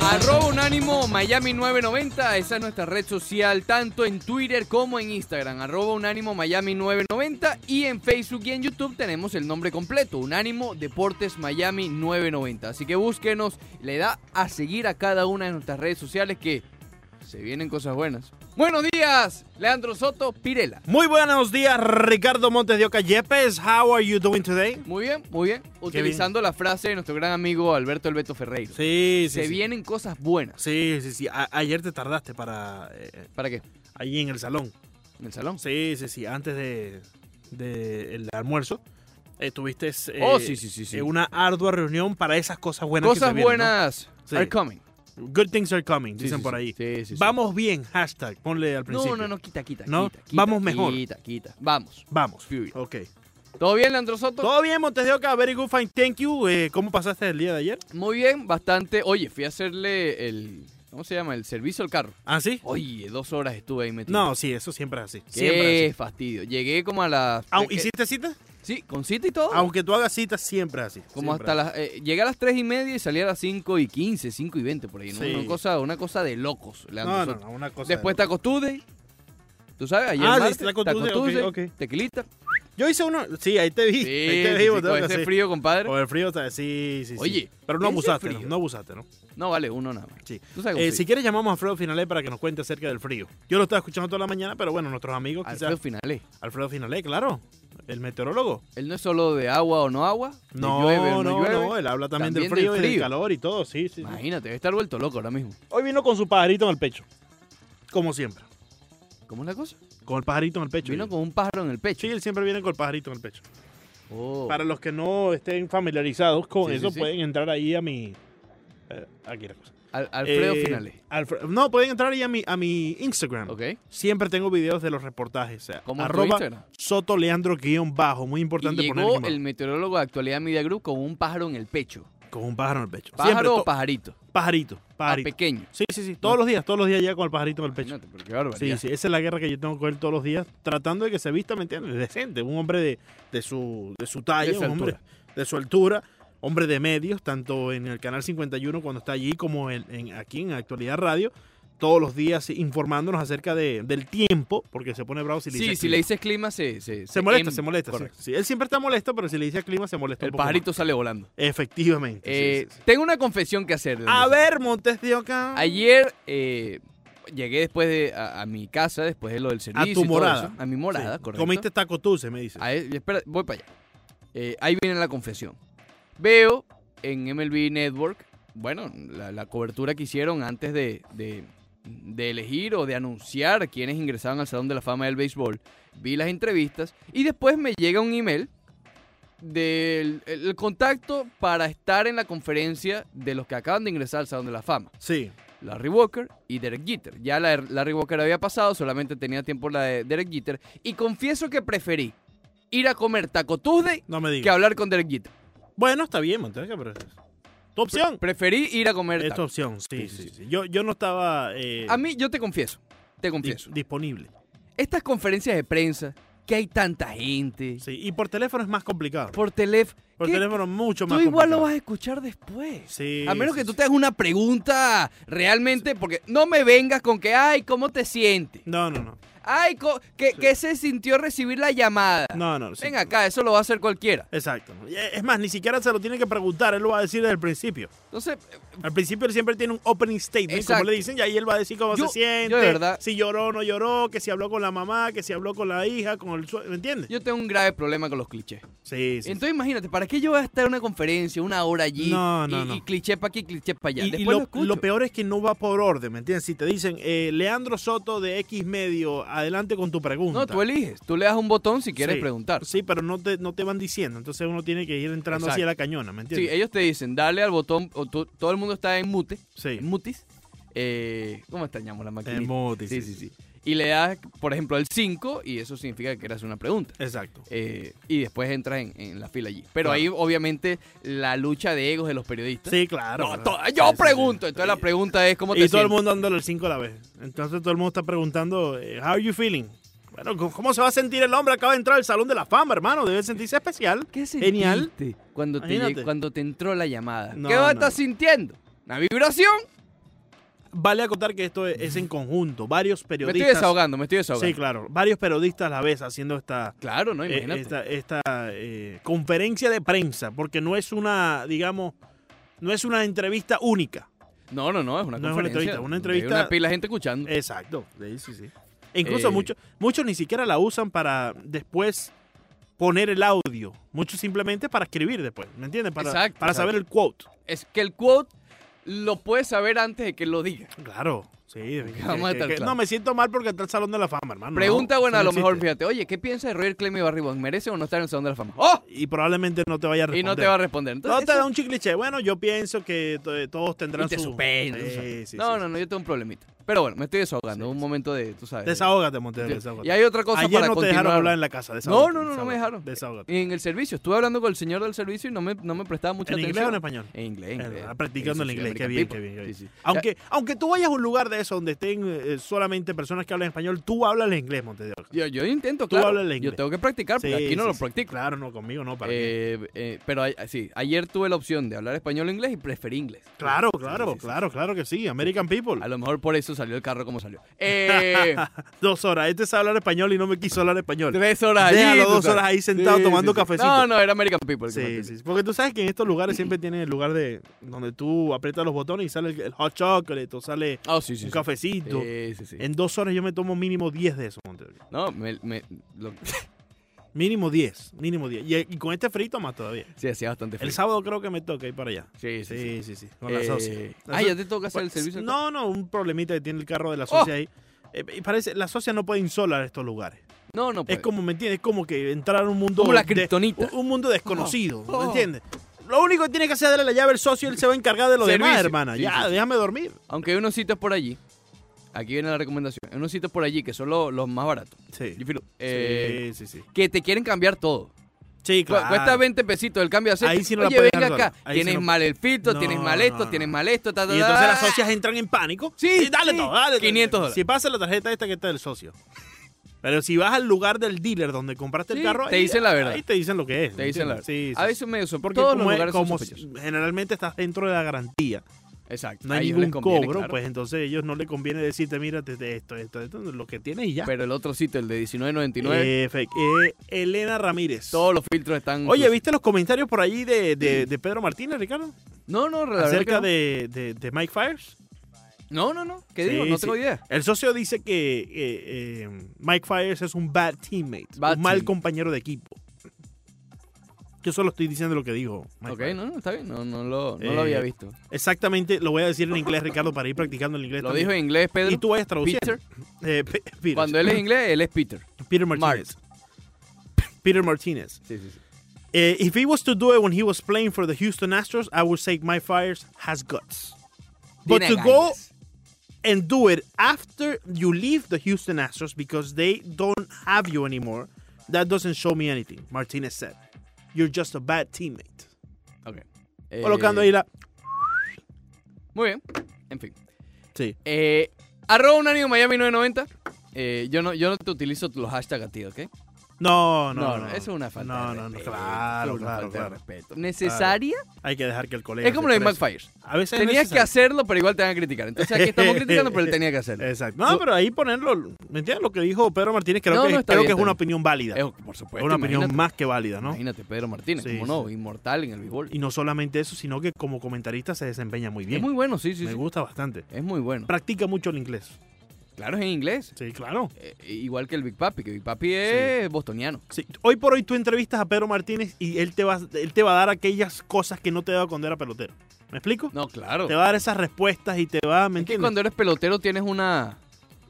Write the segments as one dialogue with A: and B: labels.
A: Arroba Unánimo Miami 990, esa es nuestra red social, tanto en Twitter como en Instagram. Arroba Unánimo Miami 990 y en Facebook y en YouTube tenemos el nombre completo, Unánimo Deportes Miami 990. Así que búsquenos, le da a seguir a cada una de nuestras redes sociales que se vienen cosas buenas. Buenos días, Leandro Soto, Pirela.
B: Muy buenos días, Ricardo Montes de Oca Yepes. How are you doing today?
A: Muy bien, muy bien. Utilizando la frase de nuestro gran amigo Alberto Elbeto Ferreiro.
B: Sí,
A: se vienen cosas buenas.
B: Sí, sí, sí. A- ayer te tardaste para. eh,
A: ¿Para qué?
B: ahí en el salón.
A: ¿En el salón?
B: Sí, sí, sí. Antes de, de el almuerzo. eh, tuviste eh,
A: Oh, sí, sí, sí, sí.
B: eh, una ardua reunión para esas cosas buenas. que
A: Cosas
B: se vienen,
A: buenas
B: Sí.
A: are coming.
B: ¿no? Good things are coming,
A: Sí,
B: dicen
A: sí,
B: por
A: sí.
B: ahí.
A: Sí, sí, sí.
B: Vamos bien, hashtag. Ponle al principio.
A: No, no, no, quita, quita.
B: ¿No?
A: quita,
B: Vamos
A: quita,
B: mejor.
A: Quita, quita. Vamos.
B: Vamos.
A: Fury.
B: Ok.
A: ¿Todo bien, Leandro Soto?
B: Todo bien, Montes de Oca. Very good, fine. Thank you. Eh, ¿Cómo pasaste el día de ayer?
A: Muy bien, bastante. Oye, fui a hacerle el. ¿Cómo se llama? El servicio al carro.
B: ¿Ah, sí?
A: Oye, dos horas estuve ahí metido.
B: No, sí, eso siempre es así. Siempre es
A: Qué
B: así.
A: fastidio. Llegué como a las.
B: Au-
A: eh, eh,
B: ¿Hiciste cita?
A: Sí, con cita y todo.
B: Aunque tú hagas citas, siempre es así.
A: Como
B: siempre
A: hasta las. eh, llegué a las 3 y media y salí a las 5 y 15, 5 y 20 por ahí. ¿no?
B: Sí.
A: Una, cosa, una cosa de locos,
B: es así.
A: Leandro
B: No, no,
A: Soto.
B: no, una cosa.
A: Después Taco Tuesday. ¿Tú sabes? Ayer
B: Ah, sí,
A: martes,
B: Taco Tuesday, ok, ok.
A: Tequilita.
B: Yo hice uno. Sí, ahí te vi.
A: Sí,
B: ahí te
A: sí,
B: vi,
A: sí,
B: Montes de
A: con
B: Oca,
A: ese
B: sí.
A: frío, compadre.
B: Con el frío, o sea, sí, sí, sí.
A: Oye,
B: pero no
A: ese
B: abusaste,
A: frío.
B: ¿no? No abusaste, ¿no?
A: No, vale, uno nada más.
B: Sí.
A: Tú sabes cómo
B: Eh,
A: soy.
B: si quieres, llamamos a Alfredo Finalé para que nos cuente acerca del frío. Yo lo estaba escuchando toda la mañana, pero bueno, nuestros amigos, quizás.
A: Alfredo
B: Alfredo,
A: Finales.
B: Finalé, claro. El meteorólogo.
A: Él no es solo de agua o no agua. de
B: No,
A: llueve o
B: no, no,
A: llueve.
B: él habla también,
A: También
B: del, frío
A: del
B: y del
A: frío.
B: calor y todo, sí, sí, sí.
A: Imagínate, debe estar vuelto loco ahora mismo.
B: Hoy vino con su pajarito en el pecho. Como siempre.
A: ¿Cómo es la cosa?
B: Con el pajarito en el pecho.
A: Vino con un pájaro en el pecho.
B: Sí, él siempre viene con el pajarito en el pecho.
A: Oh.
B: Para los que no estén familiarizados con
A: Sí, sí,
B: eso,
A: sí.
B: pueden entrar ahí a mi. eh, aquí la cosa.
A: Al- Alfredo
B: Eh,
A: Finales.
B: Alfre- no, pueden entrar ahí a mi, a mi Instagram.
A: Ok.
B: Siempre tengo videos de los reportajes. o sea,
A: ¿Cómo es tu
B: arroba
A: Instagram?
B: Soto Leandro guión bajo. Muy
A: Y
B: importante poner
A: llegó
B: guión
A: el meteorólogo de Actualidad Media Group con un pájaro en el pecho.
B: bajo. con un pájaro en el pecho. Siempre
A: ¿Pájaro
B: to-
A: o pajarito?
B: pajarito.
A: Ah,
B: Pajarito.
A: pequeño.
B: sí, sí, sí. Todos los días, todos los días ya con el pajarito en el pecho.
A: Imagínate, pero qué barbaridad.
B: Sí, sí, esa es la guerra que yo tengo con él todos los días, tratando de que se vista, ¿me entiendes? Decente, un hombre de, de su, de su talla,
A: De su
B: un hombre de su altura, hombre de medios, tanto en el Canal 51 cuando está allí como en, en- aquí en Actualidad Radio, todos los días informándonos acerca de- del tiempo, porque se pone bravo si le
A: Sí,
B: dices
A: si
B: clima.
A: le dices clima, se. Se,
B: Se molesta,
A: em-
B: se molesta. sí.
A: Correcto.
B: Sí, él siempre está molesto, pero si le dice clima se molesta. un
A: El
B: poco más.
A: pajarito sale volando.
B: Efectivamente. sí,
A: Eh,
B: sí, sí.
A: Tengo una confesión que hacer.
B: A
A: Leandro.
B: ver, Montes de Oca.
A: Ayer eh, llegué después de a, a mi casa, después de lo del servicio. y todo
B: morada.
A: eso. a mi morada,
B: Sí,
A: correcto.
B: Comiste taco tuce, me dices.
A: Ahí- espera, voy para allá. Eh, ahí viene la confesión. Veo en MLB Network, bueno, la, la cobertura que hicieron antes de, de- de elegir o de anunciar quienes ingresaban al Salón de la Fama del Béisbol. Vi las entrevistas y después me llega un email del el- el contacto para estar en la conferencia de los que acaban de ingresar al Salón de la Fama.
B: Sí.
A: Larry Walker y Derek Jeter. Ya la, Larry Walker había pasado, solamente tenía tiempo la de Derek Jeter. Y confieso que preferí ir a comer Taco Tuesday
B: No me digas.
A: que hablar con Derek Jeter.
B: Bueno, está bien, Monteca, pero es tu opción.
A: Preferí ir a comer
B: Es tu
A: taco.
B: opción, sí,
A: Sí, sí,
B: sí, sí. Yo, yo no estaba eh,
A: A mí, yo te confieso, te
B: di-
A: confieso.
B: disponible.
A: Estas conferencias de prensa, que hay tanta gente,
B: Sí, y por teléfono es más complicado. Por,
A: por teléfono, que
B: teléfono es mucho
A: tú
B: más
A: igual
B: complicado.
A: lo vas a escuchar después.
B: Sí,
A: A menos
B: sí,
A: que tú
B: sí.
A: te hagas una pregunta realmente, porque no me vengas con que, ay, ¿cómo te sientes?
B: No, no, no.
A: Ay, co- ¿qué, qué se sintió recibir la llamada?
B: No, no. sí.
A: Ven acá, eso lo va a hacer cualquiera.
B: Exacto. Y eh, Es más, ni siquiera se lo tiene que preguntar, él lo va a decir desde el principio.
A: Entonces,
B: Al principio él siempre tiene un opening statement,
A: Exacto.
B: como le dicen, y ahí él va a decir cómo
A: Yo-
B: se siente,
A: yo de verdad-
B: si lloró o no lloró, que si habló con la mamá, que si habló con la hija, con el suegro, ¿me entiendes?
A: yo tengo un grave problema con los clichés.
B: Sí, sí, sí.
A: Entonces, imagínate, ¿para qué yo voy a estar en una conferencia, una hora allí?
B: No, no,
A: y,
B: no.
A: y cliché para aquí, cliché para allá.
B: Y- Y,
A: Después lo,
B: lo,
A: escucho.
B: lo peor es que no va por orden, ¿me entiendes? Si te dicen, eh, Leandro Soto de X medio, adelante con tu pregunta.
A: No, tú eliges. Tú le das un botón si quieres
B: Sí,
A: preguntar.
B: Sí, pero no te, no te van diciendo, entonces uno tiene que ir entrando
A: Exacto.
B: hacia la cañona, ¿me
A: Sí,
B: entiendes?
A: ellos te dicen, dale al botón. o tú- todo el mundo está en mute.
B: Sí,
A: En mutis. Eh, ¿Cómo extrañamos la maquinita?
B: En motis,
A: Sí, sí,
B: sí,
A: sí. Y le das, por ejemplo, el 5 y eso significa que quieres hacer una pregunta.
B: Exacto.
A: Eh, y después entras en, en la fila allí. Pero
B: Claro.
A: ahí, obviamente, la lucha de egos de los periodistas.
B: Sí, claro.
A: ¿Eh? No,
B: claro.
A: to-
B: Sí,
A: yo
B: sí,
A: pregunto.
B: sí.
A: Entonces la pregunta es cómo
B: Y
A: te
B: todo el
A: sientes?
B: mundo dándole el 5 a la vez. Entonces todo el mundo está preguntando, eh, how are you feeling? Bueno, ¿cómo- ¿cómo se va a sentir el hombre? Acaba de entrar al Salón de la Fama, hermano. Debe sentirse especial.
A: ¿Qué
B: Genial.
A: sentiste cuando te,
B: Imagínate.
A: lleg- cuando te entró la llamada?
B: No,
A: ¿Qué vas a
B: no.
A: estar sintiendo? ¿Una vibración?
B: Vale acotar que esto es, es en conjunto. Varios
A: Me
B: periodistas.
A: estoy desahogando, me estoy
B: Sí,
A: desahogando.
B: claro. Varios periodistas a la vez haciendo esta,
A: claro, no,
B: eh,
A: imagínate.
B: esta, esta, eh, conferencia de prensa, porque no es una, digamos, no es una entrevista única.
A: No, no, no, es una
B: No es una
A: conferencia.
B: entrevista, una
A: donde hay
B: entrevista- eh,
A: Una pila de gente escuchando.
B: Exacto. Sí, sí, sí. E incluso
A: Eh.
B: muchos, muchos ni siquiera la usan para después poner el audio. Muchos simplemente para escribir después, ¿me entiendes? Para,
A: Exacto,
B: para
A: exacto.
B: saber el quote.
A: Es que el quote lo puedes saber antes de que lo diga.
B: Claro, sí.
A: Vamos a estar
B: que- que-
A: claro.
B: No, me siento mal porque está el Salón de la Fama, hermano.
A: Pregunta
B: No,
A: buena, a
B: eso
A: lo
B: no
A: mejor,
B: existe.
A: fíjate, oye, ¿qué piensa de Roger Clemmy Barribón? ¿Merece o no estar en el Salón de la Fama? ¡Oh!
B: Y probablemente no te vaya
A: Y
B: a responder.
A: no te va a responder.
B: No
A: Entonces,
B: te da
A: eso-
B: un chicliché. Bueno, yo pienso que to- todos tendrán
A: y te
B: su...
A: suspenden,
B: Sí,
A: o sea.
B: sí,
A: no,
B: sí,
A: no,
B: sí.
A: no, yo tengo un problemita. Pero bueno, me estoy desahogando. un momento de, tú sabes. de-
B: Desahógate, Montero,
A: de-
B: desahógate.
A: y hay otra cosa
B: Ayer
A: para
B: no te
A: continuar.
B: dejaron hablar en la casa,
A: no,
B: desahógate,
A: no, no me
B: desahógate,
A: dejaron.
B: Desahógate.
A: en el servicio. Estuve hablando con el señor del servicio y no me, no me prestaba mucha
B: ¿En inglés o en
A: atención.
B: español?
A: En inglés, en
B: Eh,
A: inglés.
B: ah, practicando
A: Sí,
B: el
A: sí,
B: inglés, qué
A: American
B: bien,
A: People.
B: qué bien, qué bien.
A: Sí, sí.
B: Aunque, aunque tú vayas a un lugar de eso donde estén eh, solamente personas que hablan español, tú hablas el inglés, Montero.
A: Yo, yo intento,
B: Tú
A: claro.
B: hablas el inglés.
A: Yo tengo que practicar porque
B: Sí,
A: aquí no
B: sí,
A: lo
B: sí.
A: practico.
B: Claro, no, conmigo no, para qué.
A: Eh, eh, pero a- sí, ayer tuve la opción de hablar español o inglés y preferí inglés.
B: Claro,
A: Sí,
B: claro,
A: sí, sí, sí.
B: claro, claro que sí. American People.
A: A lo mejor por eso salió el carro como salió. Eh,
B: Dos horas. Este sabe hablar español y no me quiso hablar español.
A: tres horas allí,
B: Déjalo
A: tú
B: dos
A: sabes.
B: horas ahí sentado tomando cafecito.
A: No, no, era American People. el que me
B: Sí,
A: atendió.
B: sí, sí. porque tú sabes que en estos lugares siempre tiene el lugar de donde tú aprietas los botones y sale el, el hot chocolate o sale
A: Ah, sí, sí.
B: un
A: sí.
B: cafecito.
A: Sí, sí, sí.
B: En dos horas yo me tomo mínimo 10 de eso, Montero.
A: No, me, me- lo-
B: Mínimo 10, mínimo 10. Y, y con este frito más todavía.
A: sí, hacía bastante frío.
B: El sábado creo que me toca ir para allá.
A: Sí, sí, sí.
B: Sí, sí, sí. Con la
A: Eh,
B: socia. La
A: ah,
B: so-
A: ya te toca hacer el
B: Pues,
A: servicio. ¡Oh!
B: No, no, un problemita que tiene el carro de la socia ahí. Eh, y parece, la socia no puede insolar estos lugares.
A: no, pues. no puede.
B: Es como, ¿me entiendes? Es como que entrar a un mundo.
A: Como la
B: de-
A: kriptonita.
B: un- un mundo desconocido,
A: Oh.
B: ¿me entiendes? Lo único que tiene que hacer es darle la llave al socio y él se va a encargar de lo demás,
A: Servicio.
B: hermana.
A: Sí,
B: ya,
A: sí, sí.
B: déjame dormir.
A: Aunque hay unos sitios por allí. Aquí viene la recomendación. Hay unos sitios por allí que son lo- los más baratos.
B: Sí.
A: Yo filo, eh,
B: sí, sí, sí.
A: Que te quieren cambiar todo.
B: Sí,
A: Cu-
B: claro.
A: Cuesta 20 pesitos el cambio de aceite.
B: Ahí sí no la
A: Oye,
B: puedes
A: venga
B: dejar
A: acá.
B: sola. Ahí sí
A: tienes
B: no-
A: mal el filtro,
B: No,
A: tienes mal
B: no,
A: esto,
B: no.
A: tienes mal esto. Ta, ta,
B: Y entonces
A: ta.
B: las socias entran en pánico.
A: Sí,
B: Y dale
A: sí.
B: todo, dale.
A: 500 dólares.
B: Si pasa la tarjeta esta que está del socio. Pero si vas al lugar del dealer donde compraste
A: Sí,
B: el carro,
A: te
B: ahí-
A: dicen la verdad.
B: Ahí te dicen lo que es.
A: Te dicen la
B: ¿entiendes?
A: verdad.
B: Sí, sí,
A: A
B: sí.
A: veces medio
B: Porque
A: Todos
B: como
A: los
B: es-
A: lugares son
B: como
A: sospechosos.
B: generalmente estás dentro de la garantía,
A: Exacto.
B: no
A: A
B: hay
A: ellos les
B: ningún
A: conviene,
B: cobro,
A: claro.
B: pues entonces a ellos no les conviene decirte, mírate esto, esto, esto, lo que tienes y ya.
A: Pero el otro sitio, el de 19.99,
B: Efe- eh, Elena Ramírez.
A: todos los filtros están. pues,
B: Oye, ¿viste los comentarios por allí de, de- de Pedro Martínez, Ricardo?
A: No, no, la verdad que
B: Acerca
A: no.
B: de, de- de Mike Fires.
A: No, no, no. ¿Qué
B: Sí,
A: digo? No
B: sí.
A: tengo idea.
B: El socio dice que eh, eh, Mike Fires es un bad teammate,
A: Bad
B: un mal
A: team.
B: compañero de equipo. Yo solo estoy diciendo lo que dijo Mike
A: Ok,
B: Fires.
A: no, no, está bien. No, no, lo, no lo
B: Eh,
A: había visto.
B: Exactamente, lo voy a decir en inglés, Ricardo, para ir practicando el inglés.
A: Lo
B: también.
A: dijo en inglés, Pedro.
B: Y tú vayas traduciendo.
A: Peter.
B: Eh, Pe- Peters.
A: Cuando él es inglés, él es Peter.
B: Peter Martinez. Peter Martinez.
A: Sí, sí, sí.
B: Eh, if he was to do it when he was playing for the Houston Astros, I would say my Fires has guts. But
A: Tiene
B: to go
A: ganas.
B: and do it after you leave the Houston Astros because they don't have you anymore, that doesn't show me anything, Martinez said. You're just a bad teammate.
A: Ok. Eh,
B: Colocando ahí la.
A: Muy bien. En fin.
B: Sí.
A: Eh, arroba Unánimo Miami 990. Eh, yo, no, yo no te utilizo los hashtags a ti, ¿ok?
B: No, no, no.
A: eso es una falta
B: No,
A: de
B: no, no.
A: respeto,
B: Claro,
A: es una
B: claro,
A: falta de
B: claro.
A: respeto. ¿Necesaria?
B: Hay que dejar que el colega.
A: Es como
B: se
A: lo de
B: exprese.
A: McFires.
B: A veces es
A: Tenías que
B: necesario.
A: hacerlo, pero igual te van a criticar. Entonces aquí estamos criticando, pero él tenía que hacerlo.
B: Exacto. No, pero ahí ponerlo, ¿me entiendes? Lo que dijo Pedro Martínez, creo
A: No,
B: que,
A: no, está
B: creo
A: bien,
B: que
A: está
B: es una
A: bien.
B: opinión válida.
A: Eh,
B: Es
A: por supuesto.
B: una
A: imagínate,
B: opinión más que válida, ¿no?
A: Imagínate, Pedro Martínez,
B: Sí,
A: como no,
B: sí.
A: inmortal en el béisbol.
B: Y no solamente eso, sino que como comentarista se desempeña muy bien.
A: Es muy bueno, sí, sí.
B: Me
A: sí.
B: gusta bastante.
A: Es muy bueno.
B: Practica mucho el inglés.
A: Claro, es en inglés.
B: Sí, claro.
A: Eh, igual que el Big Papi, que Big Papi es bostoniano.
B: Sí. Hoy por hoy tú entrevistas a Pedro Martínez y él te va, él te va a dar aquellas cosas que no te daba cuando era pelotero. ¿Me explico?
A: No, claro.
B: Te va a dar esas respuestas y te va,
A: Es que
B: ¿me entiendes?
A: cuando eres pelotero tienes una,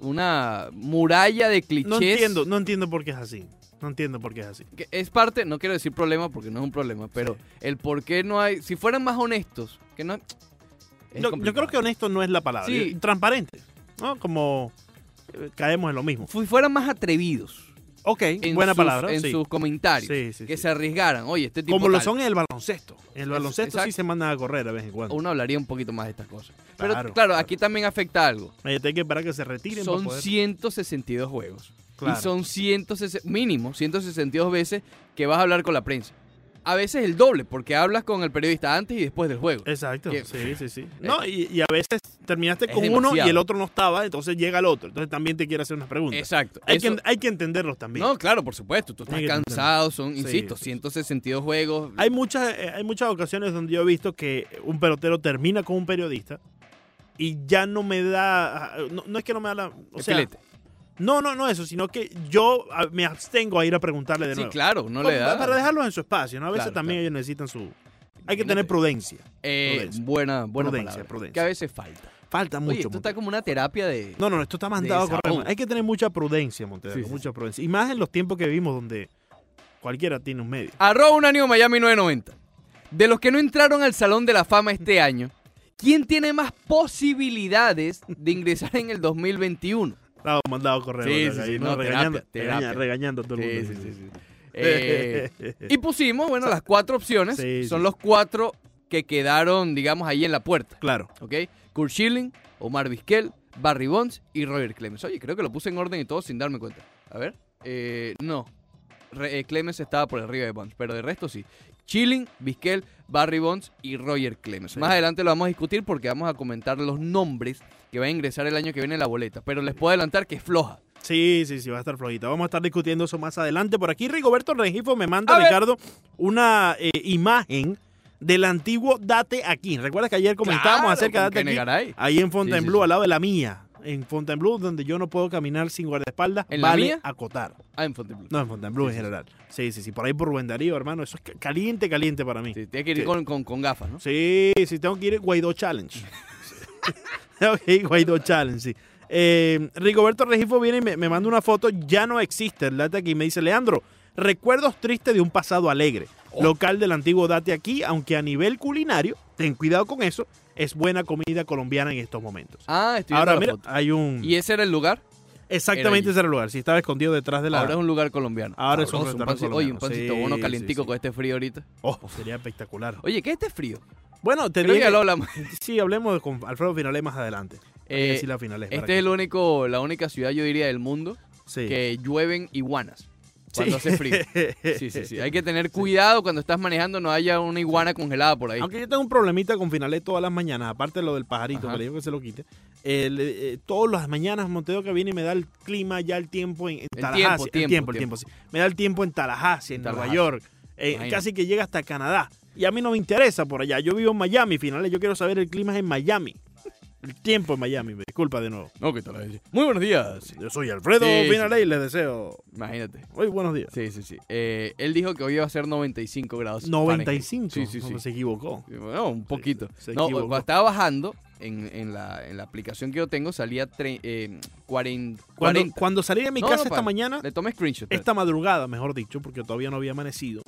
A: una muralla de clichés.
B: No entiendo, no entiendo por qué es así. No entiendo por qué es así.
A: que es parte, no quiero decir problema porque no es un problema, pero
B: Sí.
A: el por qué no hay. Si fueran más honestos, que no. es
B: Yo, yo
A: complicado.
B: creo que honesto no es la palabra.
A: Sí.
B: Yo- Transparente. ¿no? Como eh, caemos en lo mismo.
A: Si fueran más atrevidos
B: Ok,
A: en,
B: buena
A: sus,
B: palabra.
A: en
B: sí.
A: sus comentarios,
B: Sí, sí,
A: que
B: sí.
A: se arriesgaran. Oye, este tipo.
B: Como lo
A: tal.
B: son en el baloncesto. En el baloncesto sí
A: exacto.
B: se mandan a correr de vez en cuando.
A: Uno hablaría un poquito más de estas cosas. Pero
B: Claro,
A: claro,
B: claro.
A: aquí también afecta algo.
B: Eh, Hay que esperar que se retiren para
A: Son
B: poder-
A: 162 juegos.
B: Claro.
A: Y son 160, mínimo 162 veces que vas a hablar con la prensa. a veces el doble, porque hablas con el periodista antes y después del juego.
B: Exacto,
A: Que-
B: sí, sí, sí. No, y, y a veces terminaste
A: Eh. Es
B: con uno y
A: demasiado.
B: el otro no estaba, entonces llega el otro. Entonces también te quiere hacer unas preguntas.
A: Exacto.
B: Hay,
A: Eso-
B: que, hay que entenderlos también.
A: no, claro, por supuesto. Tú estás
B: Hay que entender.
A: cansado, son,
B: Sí,
A: insisto,
B: sí, sí.
A: 162 juegos.
B: Hay muchas, eh, hay muchas ocasiones donde yo he visto que un pelotero termina con un periodista y ya no me da. ah, No, no es que no me da la. O
A: Qué
B: sea,
A: filete.
B: no, no, no eso, sino que yo ah, me abstengo a ir a preguntarle de
A: sí,
B: nuevo.
A: claro, no
B: Como
A: le
B: pa-
A: da.
B: Para dejarlos en su espacio, ¿no? A veces
A: Claro,
B: también
A: claro.
B: ellos necesitan su. Hay que
A: Imagínate.
B: tener prudencia.
A: Eh,
B: prudencia.
A: buena, buena
B: Prudencia,
A: palabra,
B: prudencia.
A: Que a veces falta.
B: Falta mucho.
A: Oye, esto
B: mucho.
A: está como una terapia de.
B: No, no, no, esto está mandado a
A: desahogo.
B: correr. Hay que tener mucha prudencia, Montero,
A: Sí, sí,
B: mucha prudencia. Y más en los tiempos que vivimos donde cualquiera tiene un medio.
A: Arroba Unánimo Miami 990. De los que no entraron al Salón de la Fama este año, ¿quién tiene más posibilidades de ingresar en el 2021?
B: Estaba mandado a correr.
A: Sí,
B: ¿verdad?
A: sí,
B: Ahí,
A: sí,
B: ¿no?
A: no,
B: regañando,
A: terapia,
B: regaña-
A: terapia.
B: regañando a todo el mundo.
A: Eh, y pusimos, bueno, las cuatro opciones.
B: Sí,
A: son
B: sí.
A: los cuatro que quedaron, digamos, ahí en la puerta.
B: claro.
A: ¿Ok? Kurt Schilling, Omar Vizquel, Barry Bonds y Roger Clemens. Oye, creo que lo puse en orden y todo sin darme cuenta. A ver. eh, no. Re- eh, Clemens estaba por arriba de Bonds, pero de resto sí. Schilling, Vizquel, Barry Bonds y Roger Clemens.
B: Sí.
A: Más adelante lo vamos a discutir porque vamos a comentar los nombres que va a ingresar el año que viene en la boleta. Pero les puedo adelantar que es floja.
B: Sí, sí, sí, va a estar flojita. Vamos a estar discutiendo eso más adelante. Por aquí Rigoberto Rengifo me manda,
A: A ver.
B: Ricardo, una eh, imagen del antiguo Date Aquí. ¿Recuerdas que ayer comentábamos
A: Claro,
B: acerca de
A: ¿con
B: Date
A: qué
B: Aquí?
A: Negaray.
B: Ahí en Fontainebleau,
A: Sí, sí, sí.
B: al lado de la mía. En Fontainebleau, donde yo no puedo caminar sin guardaespaldas,
A: ¿En la
B: vale
A: mía?
B: acotar.
A: Ah, en Fontainebleau.
B: No, en Fontainebleau en general. Sí, sí, sí. Por ahí por Rubén Darío, hermano. Eso es ca- caliente, caliente para mí.
A: Sí, tiene que ir
B: Sí.
A: con, con- con gafas, ¿no?
B: Sí, sí, tengo que ir Guaidó Challenge. ok, Guaidó Challenge, sí. Eh, Rigoberto Regifo viene y me, me manda una foto, ya no existe el Date aquí. Me dice, Leandro, recuerdos tristes de un pasado alegre.
A: Oh.
B: Local del antiguo Date aquí, aunque a nivel culinario, ten cuidado con eso, es buena comida colombiana en estos momentos.
A: Ah, estoy viendo
B: Ahora,
A: la
B: mira,
A: foto.
B: hay un...
A: ¿Y ese era el lugar?
B: Exactamente
A: allí.
B: ese era el lugar, si estaba escondido detrás de la...
A: Ahora es un lugar colombiano.
B: Ahora es un
A: Sabroso,
B: restaurante
A: pancito- Oye, un
B: colombiano.
A: pancito
B: Sí,
A: bono
B: sí,
A: calientico
B: sí.
A: con este frío ahorita.
B: Oh, sería espectacular.
A: Oye, ¿qué es este frío?
B: Bueno, te
A: Creo que
B: diría
A: ya lo
B: que-
A: hablamos.
B: Sí, hablemos con Alfredo Finales más adelante. Hay que
A: Eh,
B: decir la Finales. para
A: Este
B: que-
A: es el único, la única ciudad, yo diría, del mundo
B: Sí.
A: que llueven iguanas cuando
B: Sí.
A: hace frío. Sí, sí, sí. Hay que tener cuidado cuando estás manejando, no haya una iguana congelada por ahí.
B: Aunque yo tengo un problemita con finales todas las mañanas, aparte de lo del pajarito,
A: Ajá.
B: que le digo que se lo quite. eh, le- eh, todas las mañanas Monteo que viene y me da el clima, ya el tiempo en, en
A: tiempo,
B: Tallahassee. el tiempo, el
A: tiempo.
B: tiempo, sí. Me da el tiempo en Tallahassee, en Nueva
A: Tallahassee.
B: York. eh,
A: Imagínate.
B: casi que llega hasta Canadá. Y a mí no me interesa por allá. Yo vivo en Miami, finales. Yo quiero saber el clima en Miami. El tiempo en Miami, me disculpa de nuevo.
A: No, ¿qué tal? Muy buenos días.
B: Yo soy Alfredo
A: Sí, sí,
B: Finales y les deseo
A: Imagínate.
B: muy buenos días.
A: Sí, sí, sí. Eh, él dijo que hoy iba a ser 95 grados.
B: 95.
A: Fahrenheit. Sí, sí,
B: no,
A: sí.
B: se equivocó.
A: Bueno, un poquito.
B: se
A: no,
B: equivocó.
A: cuando estaba bajando, en, en la, en la aplicación que yo tengo, salía tre- eh, 40.
B: Cuando, cuando salí de mi
A: No,
B: casa
A: no,
B: esta
A: para.
B: mañana,
A: Le tomé screenshot.
B: esta madrugada, mejor dicho, porque todavía no había amanecido,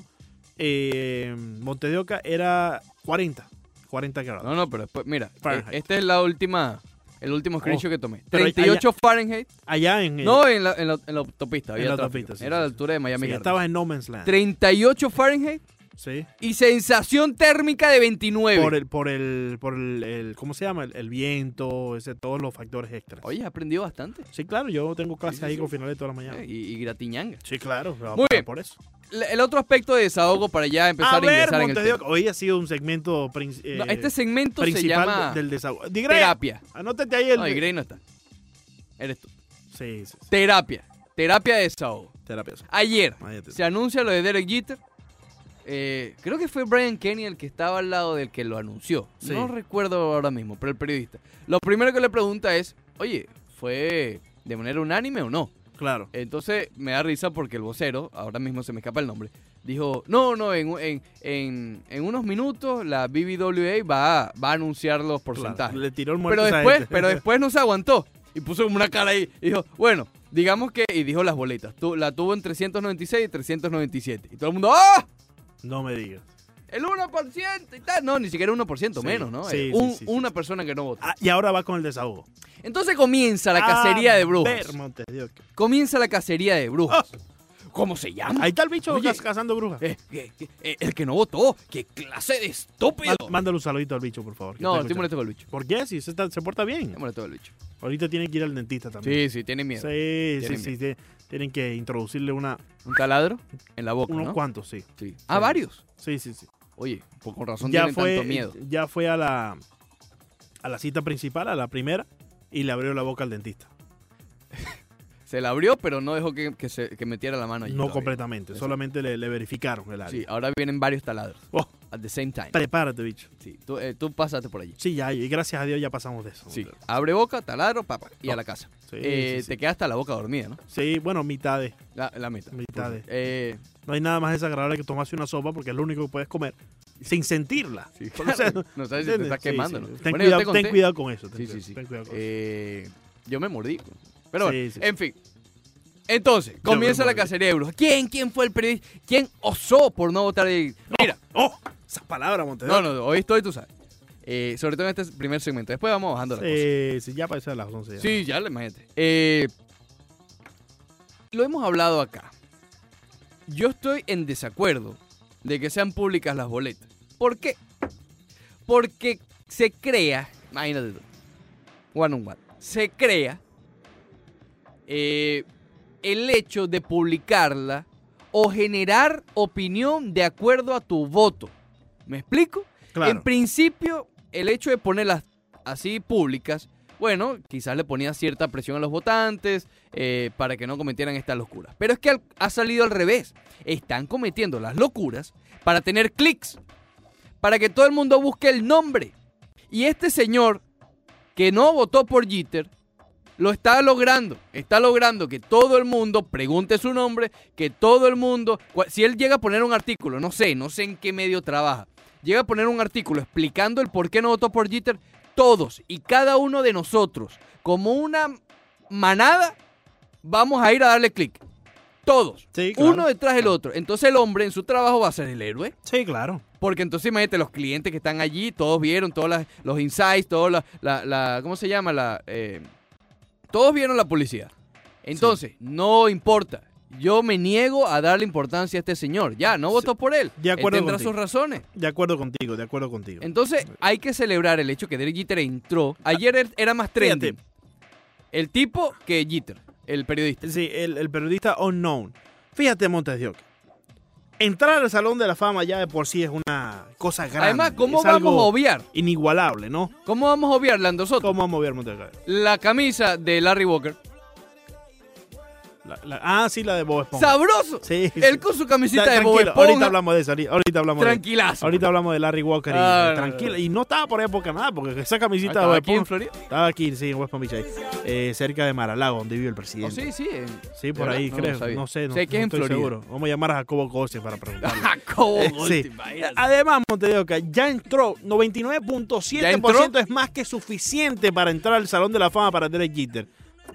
B: eh, Monte de Oca era 40, 40 grados.
A: No, no, pero después, mira,
B: Fahrenheit. Oh.
A: eh, esta es la última, el último screenshot que tomé.
B: pero allá-
A: 38 Fahrenheit.
B: Allá en... eh,
A: No, en la, en la, en la autopista,
B: En
A: había
B: la
A: tráfico.
B: autopista, sí,
A: Era
B: sí,
A: a la
B: sí.
A: altura de
B: sí,
A: Miami Gardens.
B: estabas en No Man's Land.
A: 38 Fahrenheit
B: Sí.
A: y sensación térmica de 29.
B: Por el, por el, por el, el- ¿cómo se llama? El, el viento, ese, todos los factores extras.
A: Oye, has aprendido bastante.
B: Sí, claro, yo tengo clases
A: Sí, sí,
B: ahí
A: sí.
B: con finales todas las
A: eh,
B: mañanas.
A: Y, y gratiñanga.
B: Sí, claro, pero
A: Muy bien.
B: por eso.
A: Le- El otro aspecto de desahogo para ya
B: A
A: empezar a,
B: ver,
A: ingresar en
B: Monte
A: el
B: de
A: tema.
B: Oca, hoy ha sido un segmento princi- eh,
A: No, este segmento se
B: principal
A: llama
B: del desahogo. Di Grey,
A: terapia.
B: anótate ahí el...
A: No, y Grey no está. Eres tú.
B: sí, sí, sí,
A: Terapia. Terapia de desahogo.
B: terapia.
A: Ayer
B: Ahí te-
A: se anuncia lo de Derek Jeter. Eh, creo que fue Brian Kenny el que estaba al lado del que lo anunció.
B: Sí.
A: No recuerdo ahora mismo, pero el periodista. Lo primero que le pregunta es, oye, ¿fue de manera unánime o no?
B: Claro.
A: Entonces me da risa porque el vocero, ahora mismo se me escapa el nombre, dijo, no, no, en, en- en- en unos minutos la BBWA va a, va a anunciar los porcentajes.
B: Le tiró el muerto
A: Pero
B: a esa
A: después,
B: gente.
A: pero después no se aguantó. Y puso como una cara ahí. Y dijo, bueno, digamos que. Y dijo las boletas. Tu- la tuvo en 396 y 397. Y todo el mundo, ¡ah!
B: No me digas.
A: El 1% y tal. No, ni siquiera 1%
B: Sí,
A: menos, ¿no?
B: sí,
A: Eh,
B: sí,
A: un-
B: sí, sí,
A: una persona que no votó.
B: Ah, y ahora va con el desahogo. Ah,
A: Entonces comienza la cacería de
B: A
A: brujas.
B: ver, Montes de Oca. Ah.
A: Comienza la cacería de brujas. ¿Cómo se llama?
B: Ahí está el bicho
A: Ah, Oye.
B: caz- cazando brujas.
A: Eh, eh, eh, el que no votó. ¡Qué clase de estúpido!
B: Má- Mándale un saludito al bicho, por favor. que
A: No,
B: está
A: estoy
B: escuchando.
A: molesto con el bicho.
B: ¿Por qué? Si se, está- se porta bien.
A: Estoy molesto con el bicho.
B: Ahorita tiene que ir al dentista también.
A: Sí, sí, tiene miedo.
B: sí, sí,
A: Tienen
B: sí, sí. Tienen que introducirle una,
A: Un taladro en la boca,
B: unos
A: ¿no?
B: cuantos, sí.
A: Sí. Ah, varios.
B: Sí, sí, sí.
A: Oye, pues con razón
B: Ya
A: tienen
B: fue,
A: tanto miedo.
B: ya fue a la, a la cita principal, a la primera, y le abrió la boca al dentista.
A: Se la abrió, pero no dejó que, que se, que metiera la mano allí.
B: no
A: todavía.
B: completamente,
A: Exacto.
B: solamente le, le verificaron el área.
A: Sí, ahora vienen varios taladros.
B: Oh.
A: At the same time.
B: Prepárate, bicho.
A: Sí, tú, eh, tú pasaste por allí.
B: Sí, ya, y gracias a Dios ya pasamos de eso.
A: Sí.
B: Sí,
A: Abre boca, taladro, papá, y a la casa.
B: sí,
A: Eh,
B: sí.
A: Te quedas hasta la boca dormida, ¿no?
B: Sí, bueno, mitades.
A: La, la meta.
B: Mitades.
A: Eh,
B: No hay nada más desagradable que tomarse una sopa porque es lo único que puedes comer sin sentirla.
A: sí,
B: O sea,
A: claro, no sabes si te
B: ¿entiendes?
A: estás
B: Sí,
A: quemando,
B: sí.
A: ¿no?
B: Ten,
A: Bueno, yo
B: cuidado,
A: te
B: ten
A: conté-
B: cuidado con eso. ten
A: Sí,
B: cuidado,
A: sí, sí.
B: ten cuidado con eso.
A: Eh, yo me mordí. pues. Pero
B: Sí,
A: bueno,
B: sí.
A: en fin. Entonces,
B: me
A: comienza la
B: mordí.
A: cacería de brujas. ¿Quién, quién fue el periodista? ¿Quién osó por no votar? de- Mira,
B: ¡Oh! Esas palabras, Montedor.
A: no, no, hoy estoy, tú sabes. Eh, sobre todo en este primer segmento. Después vamos bajando la cosa.
B: Eh, sí, ya parece a las 11. ya.
A: Sí, ya la imagínate. Eh, lo hemos hablado acá. Yo estoy en desacuerdo de que sean públicas las boletas. ¿Por qué? Porque se crea, imagínate tú, one on one, se crea eh, el hecho de publicarla o generar opinión de acuerdo a tu voto. ¿Me explico?
B: claro.
A: En principio, el hecho de ponerlas así públicas, bueno, quizás le ponía cierta presión a los votantes eh, para que no cometieran estas locuras. Pero es que al- ha salido al revés. Están cometiendo las locuras para tener clics, para que todo el mundo busque el nombre. Y este señor que no votó por Jeter lo está logrando. Está logrando que todo el mundo pregunte su nombre, que todo el mundo, cua- si él llega a poner un artículo, no sé, no sé en qué medio trabaja, llega a poner un artículo explicando el por qué no votó por Jeter, todos y cada uno de nosotros, como una manada, vamos a ir a darle clic. Todos.
B: Sí, claro.
A: Uno detrás del otro. Entonces el hombre en su trabajo va a ser el héroe.
B: Sí, claro.
A: Porque entonces imagínate, los clientes que están allí, todos vieron todos las- los insights, todos la, la- la- ¿cómo se llama? La, eh, todos vieron la publicidad. Entonces, no importa. Yo me niego a darle importancia a este señor. Ya, no votó por él.
B: De acuerdo
A: Él tendrá
B: contigo.
A: sus razones.
B: De acuerdo contigo, de acuerdo contigo.
A: Entonces, hay que celebrar el hecho que Derek Jeter entró.
B: Ah,
A: Ayer er- era más trending. El tipo que Jeter, el periodista.
B: Sí, el, el periodista unknown. Fíjate, Montes de Oca. Entrar al Salón de la Fama ya de por sí es una cosa grande.
A: Además, ¿cómo
B: es
A: vamos
B: algo
A: a obviar?
B: Inigualable, ¿no?
A: ¿Cómo vamos a obviar, Lando Soto?
B: ¿Cómo vamos a obviar Montes de Oca?
A: La camisa de Larry Walker.
B: La- la- ah, sí, la de Bob Esponja.
A: ¡Sabroso!
B: Sí, sí.
A: Él con su camisita
B: Ta-
A: de Bob
B: tranquilo,
A: Esponja,
B: ahorita hablamos de eso, ahorita, ahorita hablamos de
A: tranquilazo.
B: Ahorita hablamos de Larry Walker y
A: Ah, no,
B: tranquilo.
A: no, no.
B: Y no estaba por época nada, porque esa
A: Ah,
B: camisita
A: estaba
B: de
A: aquí en Florida.
B: Estaba aquí, sí, en West Palm Beach, ahí, eh, cerca de Maralago, donde vive el
A: Oh,
B: presidente.
A: sí, sí. en-
B: Sí, por
A: ¿verdad?
B: ahí,
A: No,
B: creo.
A: no sabía.
B: No sé, no,
A: Sé que
B: no
A: es en
B: estoy
A: Florida.
B: seguro. Vamos a llamar a Jacobo Gose para preguntarle.
A: Jacobo
B: Eh,
A: Goldstein,
B: sí.
A: vaya.
B: Además, Montedeoca ya entró.
A: ¿Ya
B: 99.7%
A: entró?
B: es más que suficiente para entrar al Salón de la Fama para Derek Jeter.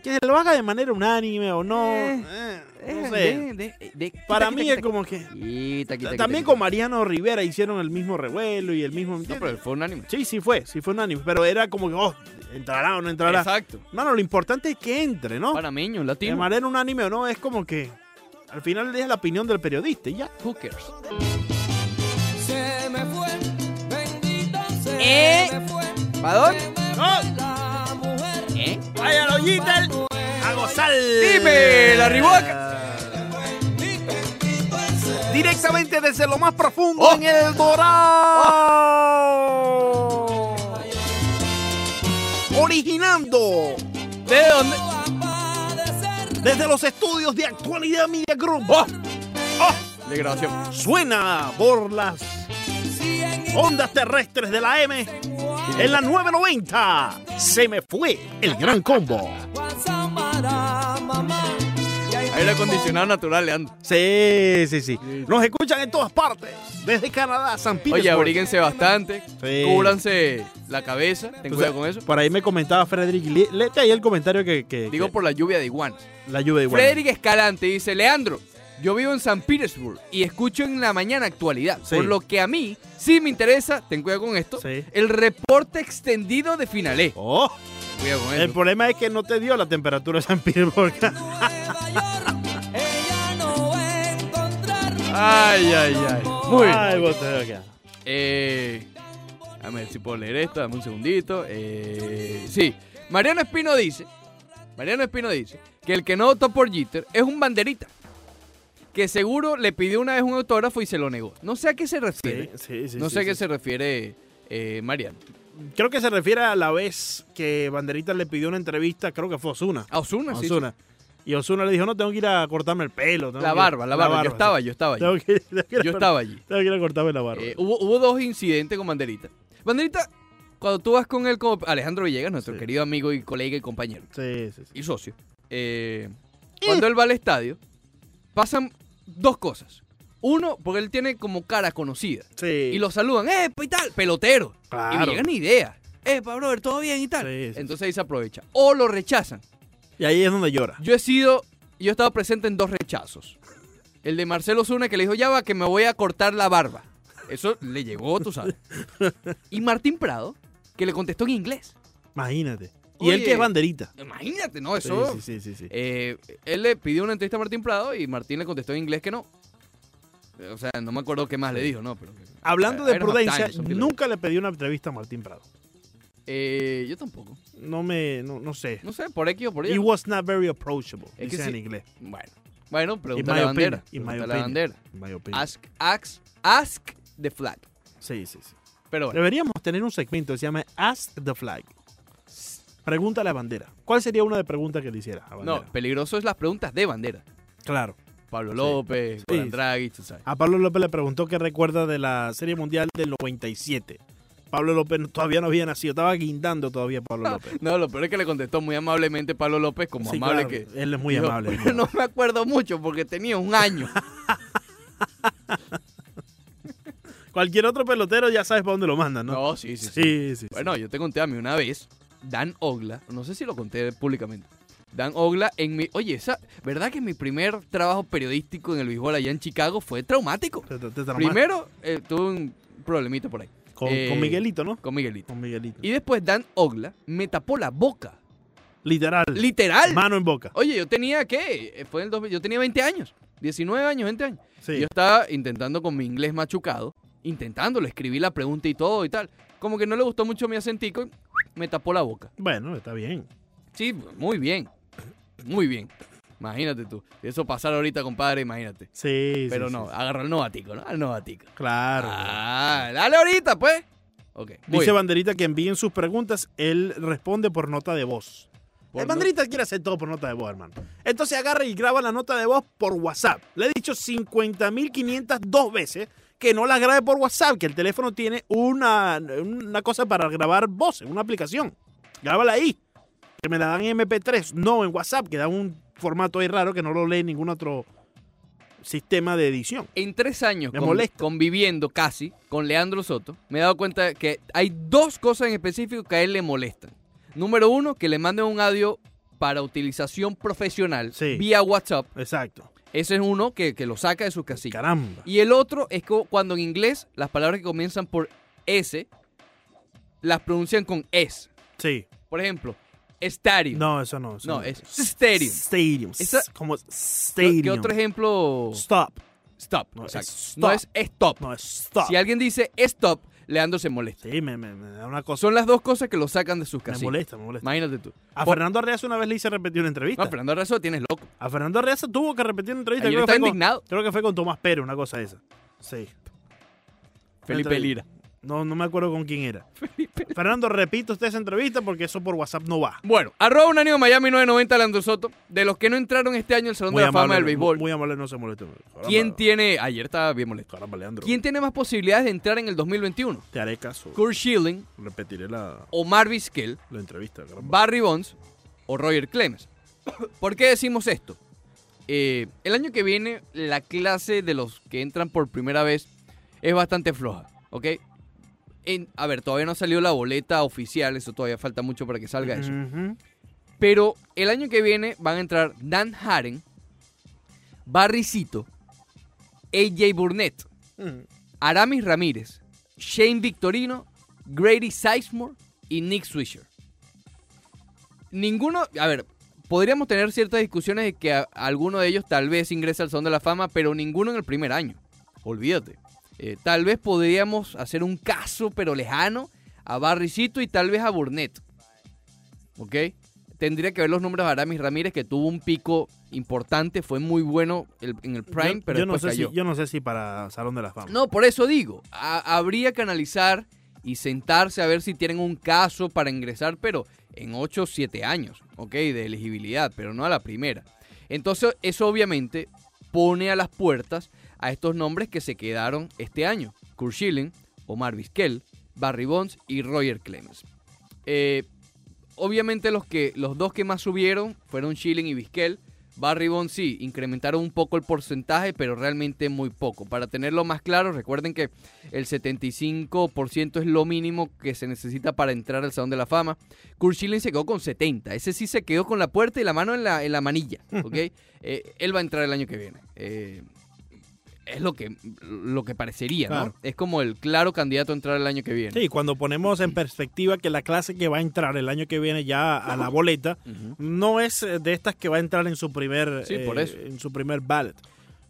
B: Que se lo haga de manera unánime o no.
A: Eh,
B: eh,
A: Eh,
B: no sé.
A: de- de- de- quita,
B: Para
A: quita,
B: mí
A: quita,
B: es como que.
A: quita, quita, quita,
B: También
A: quita.
B: con Mariano Rivera hicieron el mismo revuelo y el mismo.
A: No, pero fue un anime.
B: Sí, sí fue, sí fue unánime. Pero era como que, oh, entrará o no entrará.
A: Exacto.
B: Mano, lo importante es que entre, ¿no?
A: Panameño,
B: De
A: latino.
B: manera unánime o no, es como que. Al final es la opinión del periodista y ya.
A: Hookers.
C: Se me fue, bendito se
A: ¿Eh?
C: me fue
A: ¿Para dónde?
C: la mujer.
A: ¿Eh?
B: ¡Vaya Jeter! ¡A gozar!
A: Dime, la riboca.
B: Directamente desde lo más profundo
A: Oh.
B: en el dorado.
A: ¡Oh!
B: Originando
A: ¿De dónde?
C: Va a padecer
B: desde los estudios de Actualidad Media Group.
A: ¡Oh!
B: Oh,
A: De grabación.
B: Suena por las
C: si en
B: ondas terrestres de la M en la 990. Se me fue el gran combo.
C: Guasamara, mamá. Y ahí
A: Aire acondicionado natural, Leandro.
B: Sí, sí, sí. Nos escuchan en todas partes. Desde Canadá, San Petersburgo.
A: Oye, abríguense bastante.
B: Sí.
A: Cúbranse la cabeza. Ten
B: Tú
A: cuidado
B: sabes,
A: con eso.
B: Por ahí me comentaba Frederick. Lee- Léete ahí el comentario que. que-
A: Digo
B: que-
A: por la lluvia de iguanas.
B: la lluvia igual.
A: Frederick Escalante dice, Leandro, yo vivo en San Petersburg y escucho en la mañana actualidad,
B: Sí.
A: por lo que a mí sí me interesa, ten cuidado con esto,
B: Sí.
A: el reporte extendido de finalé.
B: Oh,
A: Cuidado con
B: el
A: esto.
B: problema es que no te dio la temperatura de San Petersburgo.
C: en Nueva York, ella no
A: Ay, ay, ay. Muy bien.
B: Ay, what the heck.
A: Eh, a ver si puedo leer esto, dame un segundito. Eh, sí, Mariano Espino dice, Mariano Espino dice que el que no votó por Jeter es un banderita, que seguro le pidió una vez un autógrafo y se lo negó. No sé a qué se refiere.
B: Sí, sí, sí,
A: no
B: sí,
A: sé a qué
B: sí.
A: se refiere eh, Mariano.
B: Creo que se refiere a la vez que Banderita le pidió una entrevista, creo que fue a Osuna.
A: A Osuna, Ah, sí.
B: Ozuna. Y Osuna le dijo, no, tengo que ir a cortarme el pelo.
A: sí.
B: tengo
A: La
B: que-
A: barba, la barba. Yo estaba,
B: sí.
A: yo estaba allí.
B: Tengo que, tengo que ir a-
A: Yo estaba allí.
B: Tengo que ir a cortarme la barba.
A: Eh, hubo, hubo dos incidentes con Banderita. Banderita, cuando tú vas con él, como Alejandro Villegas, nuestro
B: Sí.
A: querido amigo y colega y compañero.
B: sí, sí, sí.
A: y socio. eh, cuando él va al estadio, pasan dos cosas. Uno, porque él tiene como cara conocida.
B: Sí.
A: Y lo saludan, ¡epa y tal! Pelotero. Y
B: Claro.
A: no llegan ni idea. ¡epa, brother, todo bien y tal!
B: Sí, sí,
A: Entonces ahí se aprovecha. O lo rechazan.
B: Y ahí es donde llora.
A: Yo he sido, yo he estado presente en dos rechazos. El de Marcelo Zuna que le dijo, ya va, que me voy a cortar la barba. Eso le llegó, tú sabes. Y Martín Prado, que le contestó en inglés.
B: Imagínate. Y él
A: Oye.
B: que es Banderita.
A: Imagínate, ¿no?
B: Sí,
A: Eso...
B: sí, sí, sí, sí.
A: Eh, él le pidió una entrevista a Martín Prado y Martín le contestó en inglés que no. O sea, no me acuerdo qué más le dijo, ¿no? Pero,
B: Hablando de
A: Iron Man
B: prudencia,
A: Times, something like
B: nunca le pedí una entrevista a Martín Prado.
A: Eh, yo tampoco.
B: No me, no, no sé.
A: No sé, por X o por
B: He
A: Y.
B: was not very approachable,
A: Es que
B: dice en
A: sí.
B: inglés.
A: Bueno, bueno, pregunta
B: In my
A: la bandera.
B: opinion, in my
A: Pregunta la
B: opinion.
A: bandera.
B: en mi opinión.
A: Ask, ask, ask the flag.
B: Sí, sí, sí.
A: Pero bueno,
B: Deberíamos tener un segmento que se llama Ask the Flag. Pregunta a la bandera. ¿Cuál sería una de preguntas que le hiciera a bandera?
A: no, peligroso es las preguntas de bandera.
B: claro.
A: Pablo
B: Sí.
A: López,
B: Sí,
A: Juan
B: sí.
A: Draghi, tú sabes.
B: A Pablo López le preguntó qué recuerda de la Serie Mundial del 97. Pablo López no- todavía no había nacido, estaba guindando todavía Pablo López.
A: No, lo peor es que le contestó muy amablemente Pablo López, Ah, como
B: Sí,
A: amable
B: claro,
A: que,
B: Él es muy
A: Dijo,
B: amable.
A: "Bueno, no me acuerdo mucho porque tenía un año.
B: Cualquier otro pelotero ya sabes para dónde lo mandan, ¿no?
A: No, sí, sí, sí.
B: sí, sí.
A: Bueno, yo te conté a mí una vez, Dan Ogla, no sé si lo conté públicamente. Dan Ogla en mi. Oye, esa, ¿verdad que mi primer trabajo periodístico en el béisbol allá en Chicago fue traumático?
B: Te- te- te tramaste.
A: Primero eh, tuve un problemita por ahí,
B: con,
A: eh,
B: con Miguelito, ¿no?
A: con Miguelito.
B: Con Miguelito.
A: Y después Dan Ogla me tapó la boca.
B: Literal.
A: Literal.
B: Mano en boca.
A: Oye, yo tenía ¿qué? Eh, Fue en el 2000, yo tenía 20 años. 19 años, 20 años.
B: Sí.
A: Yo estaba intentando con mi inglés machucado, intentándolo, escribí la pregunta y todo y tal. Como que no le gustó mucho mi acentico y me tapó la boca.
B: Bueno, está bien.
A: Sí, muy bien. Muy bien. Imagínate tú. Eso pasar ahorita, compadre, imagínate.
B: Sí, sí,
A: Pero
B: sí,
A: no,
B: sí.
A: agarra al novatico, ¿no? Al novatico.
B: Claro.
A: Ah, dale ahorita, pues. Ok. muy
B: Dice
A: bien.
B: Banderita que envíen sus preguntas, él responde por nota de voz.
A: Por
B: el Banderita quiere hacer todo por nota de voz, hermano. Entonces agarra y graba la nota de voz por WhatsApp. Le he dicho 50.502 veces que no la grabe por WhatsApp, que el teléfono tiene una, una cosa para grabar voces, una aplicación. Grábala ahí. Que me la dan en MP3, no en WhatsApp, que da un formato ahí raro que no lo lee ningún otro sistema de edición.
A: En tres años
B: Me
A: convi-
B: molesta.
A: conviviendo casi con Leandro Soto, me he dado cuenta que hay dos cosas en específico que a él le molestan. Número uno, que le manden un audio para utilización profesional
B: Sí.
A: vía WhatsApp.
B: Exacto.
A: Ese es uno que, que lo saca de su casilla.
B: Caramba.
A: Y el otro es que cuando en inglés las palabras que comienzan por S las pronuncian con S.
B: Sí.
A: Por ejemplo, estadio.
B: No, eso no. eso
A: No, es stadium.
B: Stadium.
A: Esa-
B: como
A: ¿Qué,
B: stadium.
A: qué otro ejemplo?
B: Stop.
A: Stop.
B: No, es
A: exacto.
B: stop.
A: No es stop.
B: No, es stop.
A: Si alguien dice stop, Leandro se molesta.
B: Sí, me, me- me da una cosa.
A: Son las dos cosas que lo sacan de sus
B: Me
A: casillas.
B: molesta, me molesta.
A: Imagínate tú.
B: A
A: Por-
B: Fernando Arreaza una vez le hice repetir una entrevista.
A: No, Fernando Arraso tienes loco.
B: A Fernando Arreaza tuvo que repetir una entrevista.
A: Ayer
B: Creo que,
A: estaba
B: fue con,
A: indignado.
B: creo que fue con Tomás Pérez, una cosa esa. Sí.
A: Felipe
B: entrevista.
A: Lira.
B: No, no me acuerdo con quién era. Fernando, repito usted esa entrevista porque eso por WhatsApp no va.
A: Bueno, arroba un año Miami 990 Leandro Soto. De los que no entraron este año al Salón de la Fama del
B: muy-
A: Béisbol,
B: Muy amable, no se moleste. Caramba,
A: ¿quién tiene. Ayer estaba bien molesto.
B: Caramba, Leandro.
A: ¿Quién tiene más posibilidades de entrar en el 2021?
B: Te haré caso.
A: Kurt Schilling,
B: Repetiré la,
A: Omar Vizquel,
B: la entrevista. caramba.
A: Barry Bonds o Roger Clemens. ¿Por qué decimos esto? Eh, el año que viene la clase de los que entran por primera vez es bastante floja, ¿ok? En- a ver, todavía no ha salido la boleta oficial, eso todavía falta mucho para que salga eso.
B: Ujú.
A: Pero el año que viene van a entrar Dan Haren, Barricito, AJ Burnett,
B: Mm.
A: Aramis Ramírez, Shane Victorino, Grady Sizemore y Nick Swisher. Ninguno, a ver, podríamos tener ciertas discusiones de que a- alguno de ellos tal vez ingrese al Salón de la Fama, pero ninguno en el primer año. olvídate. Eh, tal vez podríamos hacer un caso, pero lejano, a Barricito y tal vez a Burnett. ¿Ok? Tendría que ver los nombres de Aramis Ramírez, que tuvo un pico importante, fue muy bueno el- en el Prime,
B: yo,
A: pero
B: yo no
A: después
B: sé
A: cayó.
B: Si, yo no sé si para Salón de la Fama.
A: No, por eso digo, ha- habría que analizar y sentarse a ver si tienen un caso para ingresar, pero en 8 o 7 años, ¿ok? De elegibilidad, pero no a la primera. Entonces, eso obviamente pone a las puertas a estos nombres que se quedaron este año. Kurt Schilling, Omar Vizquel, Barry Bonds y Roger Clemens. Eh, obviamente los, que, los dos que más subieron fueron Schilling y Vizquel. Barry Bonds sí, incrementaron un poco el porcentaje, pero realmente muy poco. Para tenerlo más claro, recuerden que el 75% es lo mínimo que se necesita para entrar al Salón de la Fama. Kurt Schilling se quedó con 70. Ese sí se quedó con la puerta y la mano en la, en la manilla. ¿ok? Eh, él va a entrar el año que viene. Eh, es lo que, lo que parecería,
B: Claro.
A: ¿no? Es como el claro candidato a entrar el año que viene.
B: Sí, cuando ponemos en perspectiva que la clase que va a entrar el año que viene ya a la boleta
A: Ujú.
B: no es eh, de estas que va a entrar en su primer eh,
A: Sí, por eso.
B: en su primer ballot.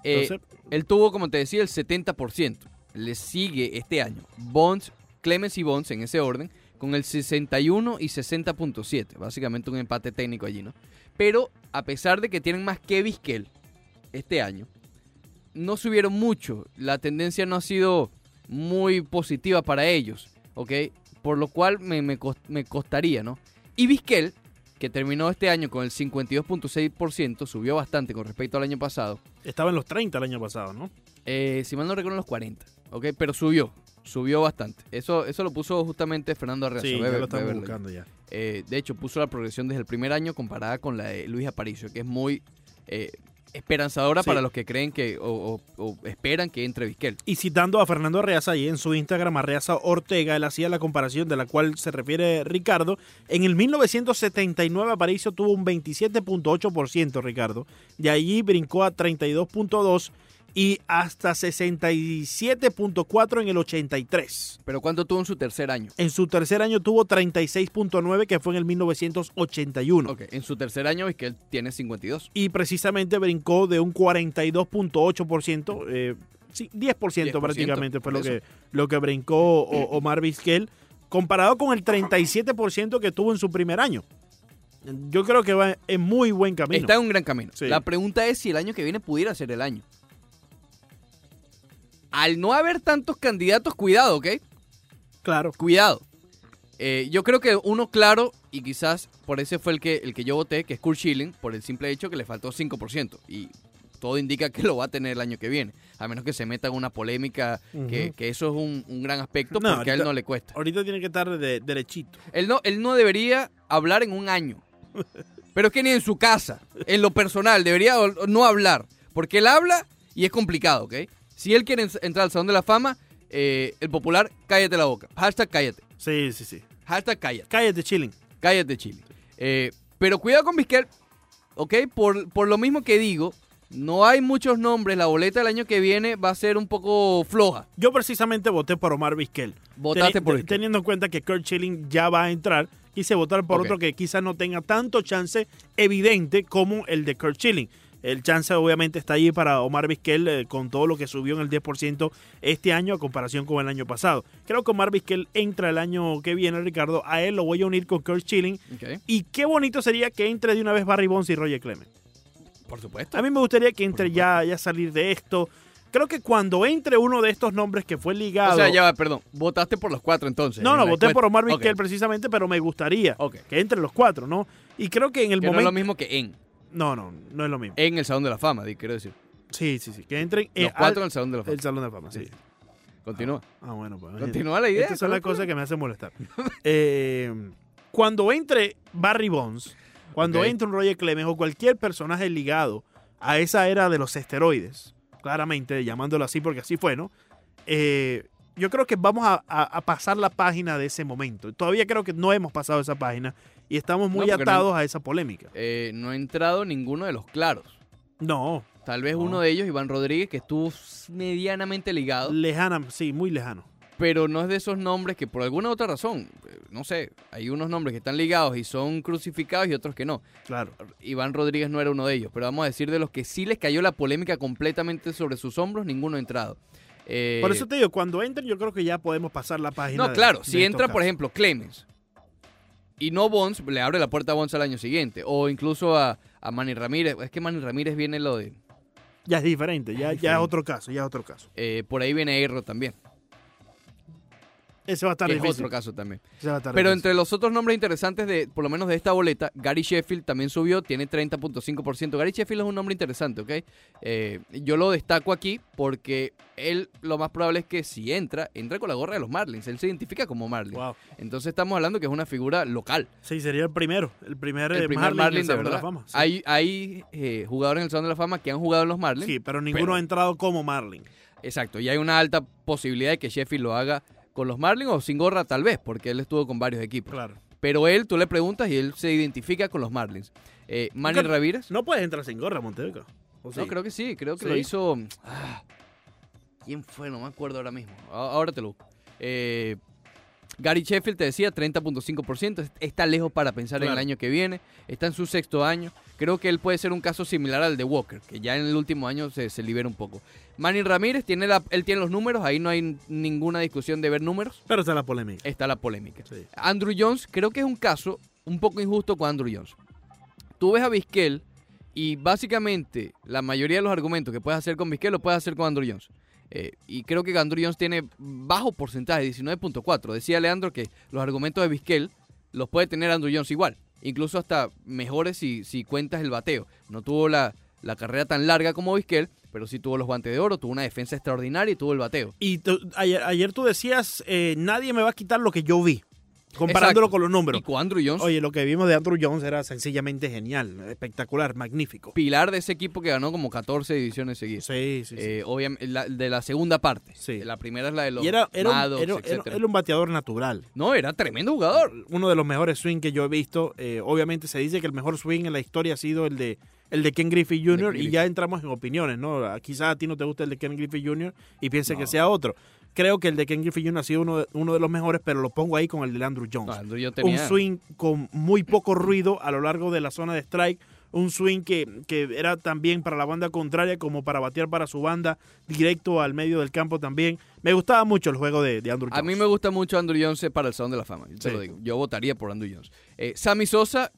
A: Eh,
B: Entonces,
A: Él tuvo, como te decía, el 70%. Le sigue este año Bonds, Clemens y Bonds en ese orden, con el 61 y 60.7. Básicamente un empate técnico allí, ¿no? Pero a pesar de que tienen más que Vizquel este año, no subieron mucho. La tendencia no ha sido muy positiva para ellos, ¿ok? Por lo cual me, me cos- me costaría, ¿no? Y Vizquel, que terminó este año con el 52.6%, subió bastante con respecto al año pasado.
B: estaba en los 30 el año pasado, ¿no?
A: Eh, si mal no recuerdo, en los 40. ¿Ok? Pero subió. Subió bastante. Eso, eso lo puso justamente Fernando Arreaza.
B: Sí,
A: ve-
B: ya
A: ve-
B: lo estamos
A: ve- ve-
B: buscando ya.
A: Eh, de hecho, puso la progresión desde el primer año comparada con la de Luis Aparicio, que es muy eh, esperanzadora
B: Sí.
A: para los que creen que o, o- o esperan que entre Vizquel.
B: Y citando a Fernando Arreaza ahí en su Instagram, Arreaza Ortega, él hacía la comparación de la cual se refiere Ricardo. En el 1979 Aparicio tuvo un 27.8%, Ricardo. De allí brincó a 32.2% y hasta 67.4% en el 83.
A: Pero ¿cuánto tuvo en su tercer año?
B: En su tercer año tuvo 36.9%, que fue en el 1981.
A: Ok, en su tercer año Vizquel tiene 52.
B: Y precisamente brincó de un 42.8%, eh, sí, 10%,
A: 10%,
B: prácticamente fue
A: por
B: lo
A: eso.
B: que, lo que brincó O- Omar Vizquel, comparado con el 37% que tuvo en su primer año. Yo creo que va en muy buen camino.
A: Está en un gran camino.
B: Sí.
A: La pregunta es si el año que viene pudiera ser el año. Al no haber tantos candidatos, cuidado, ¿ok?
B: Claro.
A: cuidado. Eh, yo creo que uno claro, y quizás por ese fue el que, el que yo voté, que es Kurt Schilling, por el simple hecho que le faltó 5%. Y todo indica que lo va a tener el año que viene, a menos que se meta en una polémica, que,
B: Ujú.
A: que eso es un, un gran aspecto,
B: No,
A: porque a él
B: ahorita-
A: no le cuesta.
B: Ahorita tiene que estar de, derechito.
A: Él no, él no debería hablar en un año. Pero es que ni en su casa, en lo personal, debería ol- no hablar. Porque él habla y es complicado, ¿ok? Si él quiere ens- entrar al Salón de la Fama, eh, el popular, cállate la boca. Hashtag cállate.
B: Sí, sí, sí.
A: Hashtag cállate.
B: Cállate, chilling.
A: Cállate, Chile. Eh, pero cuidado con Vizquel, ¿ok? Por, por lo mismo que digo, no hay muchos nombres. La boleta del año que viene va a ser un poco floja.
B: Yo precisamente voté por Omar Vizquel.
A: Votaste
B: Teni-
A: por
B: te-
A: Vizquel.
B: Teniendo en cuenta que Kurt Schilling ya va a entrar, quise votar por
A: Ok.
B: otro que quizás no tenga tanto chance evidente como el de Kurt Schilling. El chance obviamente está ahí para Omar Vizquel eh, con todo lo que subió en el 10% este año a comparación con el año pasado. Creo que Omar Vizquel entra el año que viene, Ricardo. A él lo voy a unir con Kurt Schilling.
A: Ok,
B: Y qué bonito sería que entre de una vez Barry Bonds y Roger Clemens.
A: Por supuesto.
B: A mí me gustaría que entre ya, ya salir de esto. Creo que cuando entre uno de estos nombres que fue ligado...
A: O sea, ya va, perdón. Votaste por los cuatro entonces.
B: No,
A: en
B: no,
A: la
B: voté
A: encuesta.
B: por Omar
A: Ok,
B: Vizquel precisamente, pero me gustaría
A: Ok.
B: que entre los cuatro, ¿no? Y creo que en el
A: Que no es
B: momento...
A: lo mismo que en.
B: No, no, no es lo mismo.
A: En el Salón de la Fama, di- quiero decir.
B: Sí, sí, sí. Que entren eh,
A: Los
B: al-
A: cuatro en el Salón de la Fama.
B: el Salón de la Fama, sí.
A: Sí. Continúa.
B: Ah, bueno, pues.
A: Continúa la idea.
B: Estas son las cosas que me hacen molestar. Eh, cuando entre Barry Bonds, cuando
A: Ok.
B: entre un Roger Clemens o cualquier personaje ligado a esa era de los esteroides, claramente llamándolo así porque así fue, ¿no? Eh, yo creo que vamos a, a- a pasar la página de ese momento. Todavía creo que no hemos pasado esa página y estamos muy
A: No, porque no-
B: atados a esa polémica.
A: Eh, no ha entrado ninguno de los claros.
B: No,
A: Tal vez
B: No.
A: uno de ellos, Iván Rodríguez, que estuvo medianamente ligado.
B: lejana, sí, muy lejano.
A: pero no es de esos nombres que por alguna otra razón, eh, no sé, hay unos nombres que están ligados y son crucificados y otros que no.
B: Claro.
A: Iván Rodríguez no era uno de ellos, pero vamos a decir de los que sí les cayó la polémica completamente sobre sus hombros, ninguno ha entrado. Eh,
B: Por eso te digo, cuando entren, yo creo que ya podemos pasar la página.
A: No,
B: de-
A: claro,
B: de
A: si
B: estos
A: entra, por
B: casos.
A: ejemplo, Clemens y no Bonds, le abre la puerta a Bonds al año siguiente, o incluso a, a Manny Ramírez. Es que Manny Ramírez viene lo de.
B: Ya es diferente, ya, ya es
A: diferente.
B: otro caso, ya es otro caso.
A: eh, por ahí viene Erro también,
B: Ese va a estar
A: que es
B: difícil.
A: otro caso también.
B: ese va a estar
A: Pero
B: difícil.
A: entre los otros nombres interesantes, de por lo menos de esta boleta, Gary Sheffield también subió, tiene 30.5%. Gary Sheffield es un nombre interesante, ¿ok? Eh, yo lo destaco aquí porque él lo más probable es que si entra, entra con la gorra de los Marlins. Él se identifica como Marlin.
B: Wow.
A: Entonces estamos hablando que es una figura local.
B: Sí, sería el primero. El primer, eh,
A: El primer
B: en el
A: Marlin de
B: Salón la
A: verdad.
B: Fama, sí.
A: Hay, hay eh, jugadores en el Salón de la Fama que han jugado en los Marlins.
B: Sí, pero ninguno
A: pero-
B: ha entrado como Marlin.
A: Exacto, y hay una alta posibilidad de que Sheffield lo haga con los Marlins o sin gorra tal vez, porque él estuvo con varios equipos.
B: Claro.
A: Pero él, tú le preguntas y él se identifica con los Marlins. Eh, Manny
B: Claro.
A: Ramírez. No,
B: No puedes entrar sin gorra, Montevideo.
A: creo que sí, creo que
B: Oh, Sí.
A: lo hizo. ah, ¿Quién fue? No me acuerdo ahora mismo. A- Ahora te lo busco. Eh, Gary Sheffield te decía 30.5%, est- está lejos para pensar en el
B: Claro.
A: año que viene, está en su sexto año. Creo que él puede ser un caso similar al de Walker, que ya en el último año se, se libera un poco. Manny Ramírez, tiene la- él tiene los números, ahí no hay n- ninguna discusión de ver números,
B: Pero está la polémica.
A: está la polémica.
B: Sí.
A: Andrew Jones, creo que es un caso un poco injusto con Andrew Jones. Tú ves a Vizquel y básicamente la mayoría de los argumentos que puedes hacer con Vizquel lo puedes hacer con Andrew Jones. Eh, y creo que Andrew Jones tiene bajo porcentaje, 19.4. Decía Leandro que los argumentos de Vizquel los puede tener Andrew Jones igual. Incluso hasta mejores si, si cuentas el bateo. No tuvo la, la carrera tan larga como Vizquel, pero sí tuvo los guantes de oro, tuvo una defensa extraordinaria y tuvo el bateo.
B: Y tú- ayer, ayer tú decías, eh, nadie me va a quitar lo que yo vi, comparándolo
A: Exacto.
B: con los números.
A: y con Andrew Jones,
B: Oye, lo que vimos de Andrew Jones era sencillamente genial, espectacular, magnífico.
A: pilar de ese equipo que ganó como 14 divisiones seguidas.
B: Sí, sí, sí.
A: Eh, obviamente, de la segunda parte.
B: Sí.
A: La primera es la de los
B: y era, era un-
A: Maddox,
B: era- era-
A: etcétera.
B: era un bateador natural.
A: No, era tremendo jugador.
B: Uno de los mejores swing que yo he visto. Eh, obviamente se dice que el mejor swing en la historia ha sido el de el de Ken Griffey
A: Ken
B: Jr.
A: Griffey.
B: y ya entramos en opiniones, ¿no? Ah, Quizás a ti no te gusta el de Ken Griffey Jr. y pienses que
A: No.
B: sea otro. Creo que el de Ken Griffey Jr. ha sido uno de, uno de los mejores, pero lo pongo ahí con el de Andrew Jones.
A: No, Andrew Jones Ah, tenía-
B: Un swing con muy poco ruido a lo largo de la zona de strike. Un swing que, que era también para la banda contraria como para batear para su banda, directo al medio del campo también. Me gustaba mucho el juego de, de Andrew Jones.
A: A mí me gusta mucho Andrew Jones para el Salón de la Fama. Yo te
B: Sí.
A: lo digo. Yo votaría por Andrew Jones. Eh, Sammy Sosa,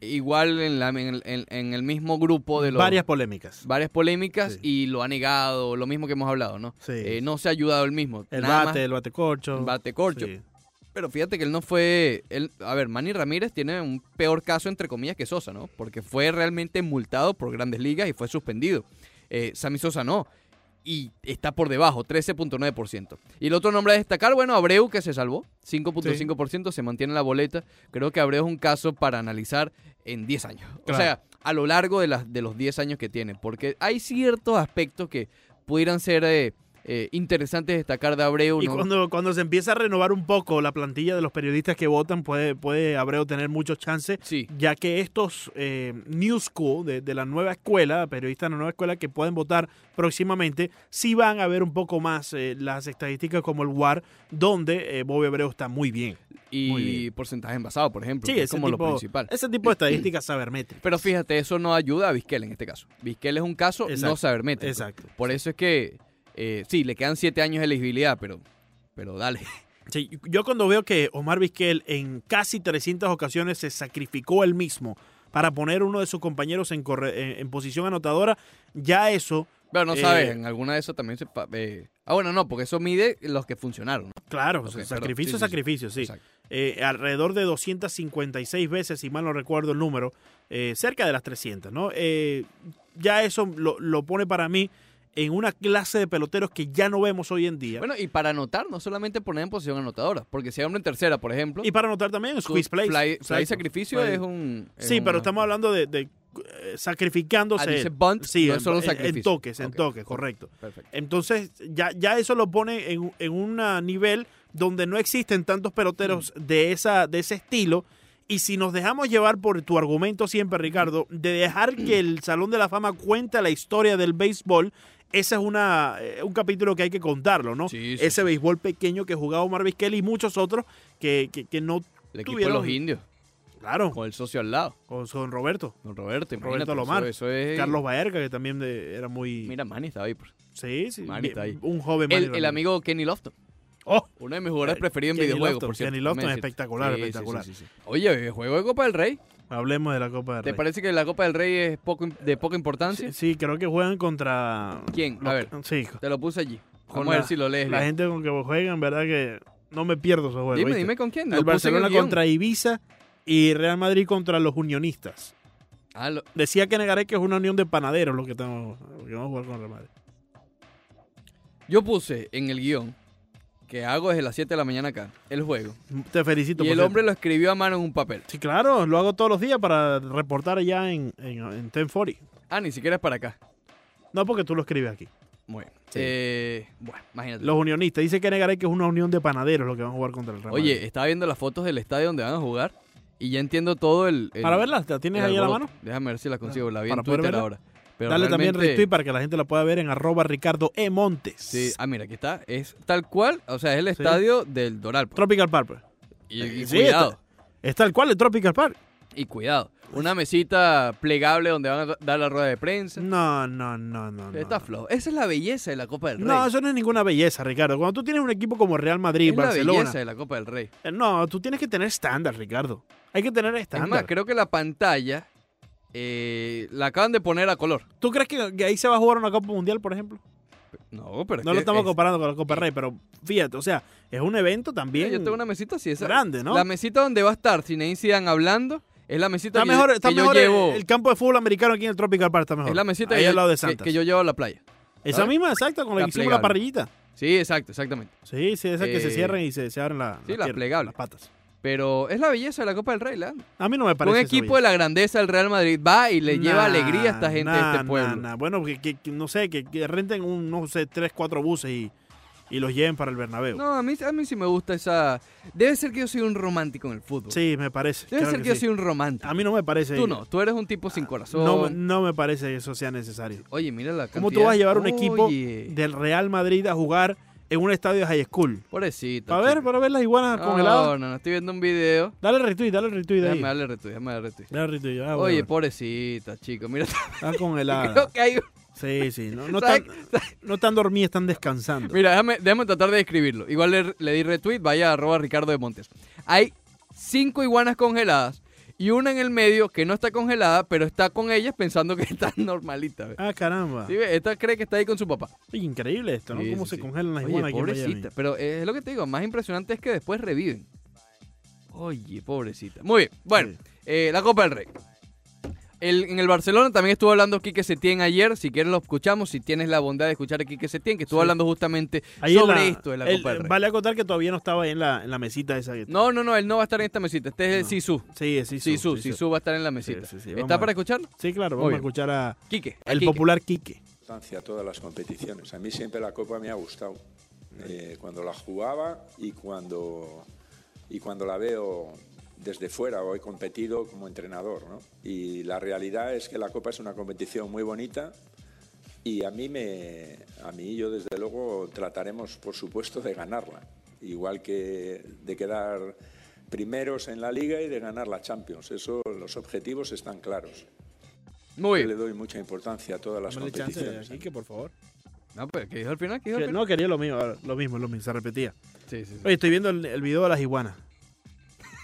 A: igual en, la- en el- en- en el mismo grupo de los.
B: Varias polémicas.
A: varias polémicas
B: Sí.
A: y lo ha negado, lo mismo que hemos hablado, ¿no?
B: Sí.
A: Eh, no se ha ayudado él mismo.
B: El
A: Nada
B: bate,
A: más
B: el bate corcho.
A: bate corcho.
B: Sí.
A: Pero fíjate que él no fue. Él, a ver, Manny Ramírez tiene un peor caso, entre comillas, que Sosa, ¿no? Porque fue realmente multado por grandes ligas y fue suspendido. Eh, Sammy Sosa no. Y está por debajo, 13.9%. Y el otro nombre a destacar, bueno, Abreu, que se salvó, 5.5%, se mantiene en la boleta. Creo que Abreu es un caso para analizar en 10 años. O
B: Claro.
A: sea, a lo largo de, las, de los 10 años que tiene. Porque hay ciertos aspectos que pudieran ser eh, eh, interesantes destacar de Abreu.
B: Y
A: ¿no?
B: cuando, cuando se empieza a renovar un poco la plantilla de los periodistas que votan, puede, puede Abreu tener muchos chances,
A: Sí.
B: ya que estos eh, New School, de, de la nueva escuela, periodistas de la nueva escuela que pueden votar próximamente, sí van a ver un poco más eh, las estadísticas como el WAR, donde eh, Bobby Abreu está muy bien. Muy
A: y
B: bien.
A: porcentaje envasado, por ejemplo,
B: Sí,
A: que es
B: ese
A: como
B: tipo,
A: lo principal.
B: Ese tipo de estadísticas sabermétricas.
A: Pero fíjate, eso no ayuda a Vizquel en este caso. Vizquel es un caso no
B: Exacto,
A: saber métrico.
B: Exacto.
A: Por eso es que, eh, sí, le quedan siete años de elegibilidad, pero, pero dale.
B: Sí, yo cuando veo que Omar Vizquel en casi 300 ocasiones se sacrificó él mismo para poner uno de sus compañeros en, corre- en- en posición anotadora, ya eso,
A: Pero no
B: Eh,
A: sabes, en alguna de esas también se... pa- eh, ah, bueno, no, porque eso mide los que funcionaron. ¿no?
B: claro,
A: Ok, perdón, sí,
B: sacrificio,
A: sí, sí.
B: sacrificio, sí.
A: Exacto.
B: Eh, alrededor de 256 veces, si mal no recuerdo el número, eh, cerca de las 300, ¿no? Eh, ya eso lo, lo pone para mí en una clase de peloteros que ya no vemos hoy en día.
A: Bueno, y para anotar, no solamente poner en posición anotadora, porque si hay hombre en tercera, por ejemplo...
B: y para anotar también,
A: su
B: squeeze plays.
A: fly- fly
B: Exacto.
A: sacrificio
B: Fly-
A: es un... es
B: Sí, pero
A: una-
B: estamos hablando de, de, eh,
A: Ah,
B: sacrificándose.
A: dice
B: él.
A: bunt,
B: sí,
A: no
B: en-
A: es solo
B: en- En,
A: sacrificio.
B: toques, en
A: Ok.
B: toques, correcto.
A: Perfecto.
B: Entonces, ya, ya eso lo pone en, en un nivel donde no existen tantos peloteros
A: Mm.
B: de, esa, de ese estilo. Y si nos dejamos llevar por tu argumento siempre, Ricardo, de dejar que el Salón de la Fama cuente la historia del béisbol, ese es una, eh, un capítulo que hay que contarlo, ¿no?
A: Sí, sí,
B: ese béisbol pequeño que jugaba Omar Vizquel y muchos otros que, que, que no,
A: El equipo de
B: tuvieron-
A: los indios,
B: claro,
A: con el socio al lado,
B: con, con Roberto,
A: con Roberto.
B: Roberto
A: imagínate,
B: Alomar,
A: Eso, eso es.
B: Carlos Baerga, que también de- era muy...
A: Mira, Manny estaba ahí. por-
B: sí, sí,
A: Manny
B: bien,
A: está ahí.
B: un joven Manny
A: El, el
B: Ramírez.
A: amigo Kenny Lofton.
B: Oh,
A: Uno de mis jugadores
B: Eh,
A: preferidos en
B: Kenny
A: videojuegos,
B: Lofton,
A: por cierto.
B: Kenny
A: déjame
B: Lofton es
A: decirte.
B: espectacular, espectacular.
A: Oye, videojuego de Copa del Rey.
B: hablemos de la Copa del
A: ¿Te
B: Rey.
A: parece que la Copa del Rey es poco, im- de poca importancia?
B: Sí, sí, creo que juegan contra...
A: ¿Quién? A
B: los-
A: ver.
B: Sí,
A: Te lo puse allí.
B: Con
A: Vamos a ver
B: la-
A: si lo lees.
B: la
A: bien.
B: gente con que juegan, verdad que no me pierdo esos juegos.
A: dime,
B: ¿viste?
A: dime con quién. Lo
B: El
A: puse en
B: Barcelona
A: guión.
B: contra Ibiza y Real Madrid contra los unionistas.
A: Ah, lo-
B: Decía que negaré que es una unión de panaderos lo que, estamos, lo que vamos a jugar con Real Madrid.
A: yo puse en el guión que hago desde las 7 de la mañana acá el juego.
B: Te felicito.
A: Y
B: por
A: el
B: cierto.
A: hombre lo escribió a mano en un papel.
B: Sí, claro, lo hago todos los días para reportar allá en, en, en 1040.
A: Ah, ni siquiera es para acá.
B: No porque tú lo escribes aquí.
A: Bueno,
B: Sí.
A: eh, bueno imagínate.
B: Los unionistas. Dice que negaré que es una unión de panaderos lo que van a jugar contra el Real Madrid.
A: Oye, estaba viendo las fotos del estadio donde van a jugar y ya entiendo todo el. el-
B: para verla, ¿la tienes
A: el
B: ahí a la
A: alboroto.
B: mano?
A: Déjame ver si la consigo. La vi
B: Para
A: en
B: poder
A: Twitter
B: verla.
A: ahora. Pero
B: Dale también
A: realmente-
B: retweet para que la gente la pueda ver en arroba Ricardo E. Montes.
A: Sí, ah, mira, aquí está. Es tal cual, o sea, es el estadio del Doral. pues.
B: Tropical Park.
A: Y, y
B: Sí,
A: cuidado,
B: está- Es tal cual el Tropical Park.
A: y cuidado. Una mesita plegable donde van a dar la rueda de prensa.
B: No, no, no, no. no,
A: Está
B: no.
A: flojo. Esa es la belleza de la Copa del Rey.
B: No, eso no es ninguna belleza, Ricardo. Cuando tú tienes un equipo como Real Madrid,
A: es la
B: Barcelona.
A: belleza de la Copa del Rey.
B: eh, No, tú tienes que tener estándar, Ricardo. Hay que tener
A: Es más,
B: estándar.
A: creo que la pantalla eh, la acaban de poner a color.
B: ¿Tú crees que, que ahí se va a jugar una Copa Mundial, por ejemplo?
A: No, pero es
B: No
A: Pues que
B: lo estamos
A: es-
B: comparando con la Copa Rey, pero fíjate, o sea, es un evento también.
A: Mira, Yo tengo una mesita así. Esa,
B: grande, ¿no?
A: La mesita donde va a estar Zinedine Zidane hablando es la mesita que,
B: está mejor,
A: yo,
B: está
A: que yo
B: mejor el,
A: llevo.
B: el campo de fútbol americano aquí en el Tropical Park, está mejor.
A: es la mesita
B: ahí
A: que,
B: al lado de
A: que,
B: Santas.
A: que yo llevo a la playa.
B: Esa
A: ¿sabes?
B: misma, exacta, con la
A: La
B: que hicimos la
A: plegable.
B: parrillita.
A: Sí, exacto, exactamente.
B: Sí, sí, esa que se
A: Eh,
B: cierran y se, se abren la,
A: sí,
B: las
A: la
B: piernas,
A: plegable.
B: las patas.
A: Pero es la belleza de la Copa del Rey, Leandro.
B: A mí no me parece
A: un
B: esa
A: equipo
B: belleza.
A: de la grandeza del Real Madrid va y le lleva
B: Nah,
A: alegría a esta gente de
B: nah,
A: este pueblo.
B: nah, nah. Bueno, que, que- que no sé, que, que renten un, no sé, tres, cuatro buses y, y los lleven para el Bernabéu.
A: No, a mí, a mí sí me gusta esa... Debe ser que yo soy un romántico en el fútbol.
B: Sí, me parece.
A: Debe
B: claro
A: ser que,
B: que
A: yo
B: sí.
A: soy un romántico.
B: A mí no me parece.
A: Tú no, tú eres un tipo sin corazón.
B: No, me- no me parece que eso sea necesario.
A: Oye, mira la cantidad.
B: ¿Cómo tú vas a llevar un equipo
A: Oye,
B: del Real Madrid a jugar en un estadio de high school?
A: pobrecito,
B: Para ver,
A: chico.
B: para ver las iguanas
A: No,
B: congeladas.
A: no, no, estoy viendo un video.
B: Dale retweet, dale retweet ahí.
A: Déjame darle retweet, déjame darle retweet.
B: Dale retweet. Ah, bueno,
A: Oye,
B: bueno.
A: pobrecita, chico. Mira,
B: están
A: creo
B: congeladas.
A: que hay...
B: Sí, sí. No, no,
A: ¿Sabes?
B: están, no están dormidas, están descansando.
A: Mira, déjame, déjame tratar de describirlo. Igual le, le di retweet, vaya a arroba Ricardo de Montes. Hay cinco iguanas congeladas y una en el medio que no está congelada, pero está con ellas pensando que está normalita. ¿ves?
B: Ah, caramba.
A: ¿Sí ves? Esta cree que está ahí con su papá.
B: Oye, increíble esto, ¿no?
A: Sí,
B: Cómo
A: sí,
B: se
A: sí.
B: congelan las
A: Oye,
B: iguanas aquí en Miami.
A: pobrecita. Pero eh, es lo que te digo, más impresionante es que después reviven. Oye, pobrecita. Muy bien, bueno,
B: Sí.
A: eh, la Copa del Rey. El- en el Barcelona también estuvo hablando Quique Setién ayer, si quieres lo escuchamos, si tienes la bondad de escuchar a Quique Setién, que estuvo
B: Sí.
A: hablando justamente
B: Ahí en
A: sobre
B: la-
A: esto de la
B: el-
A: Copa del Rey.
B: Vale acotar que todavía no estaba ahí en la, en la mesita esa que
A: No, no, no, él no va a estar en esta mesita. Este es el
B: No.
A: Sisu.
B: Sí, sí, sí.
A: Sisu,
B: sí,
A: Sisu va a estar en la mesita.
B: sí, sí, vamos a
A: ¿Está
B: ver.
A: para escucharlo?
B: Sí, claro,
A: Muy
B: vamos a
A: bien.
B: escuchar a
A: Quique. a
B: el
A: Quique.
B: popular Quique.
D: importancia a todas las competiciones. A mí siempre la Copa me ha gustado. Eh, cuando la jugaba y cuando, y cuando la veo desde fuera o he competido como entrenador. ¿no? Y la realidad es que la Copa es una competición muy bonita y a mí, me, a mí y yo desde luego trataremos, por supuesto, de ganarla. Igual que de quedar primeros en la liga y de ganar la Champions. Eso, los objetivos están claros.
A: Muy
D: Yo le
A: bien.
D: doy mucha importancia a todas las
B: Dame chance a
D: competiciones.
B: Quique, por favor.
A: No, pero ¿qué dijo al final? ¿Qué dijo al
B: Que-
A: final?
B: no, quería lo mismo, lo mismo, lo mismo, se repetía.
A: Sí, sí, sí.
B: Oye, estoy viendo el, el video de las iguanas.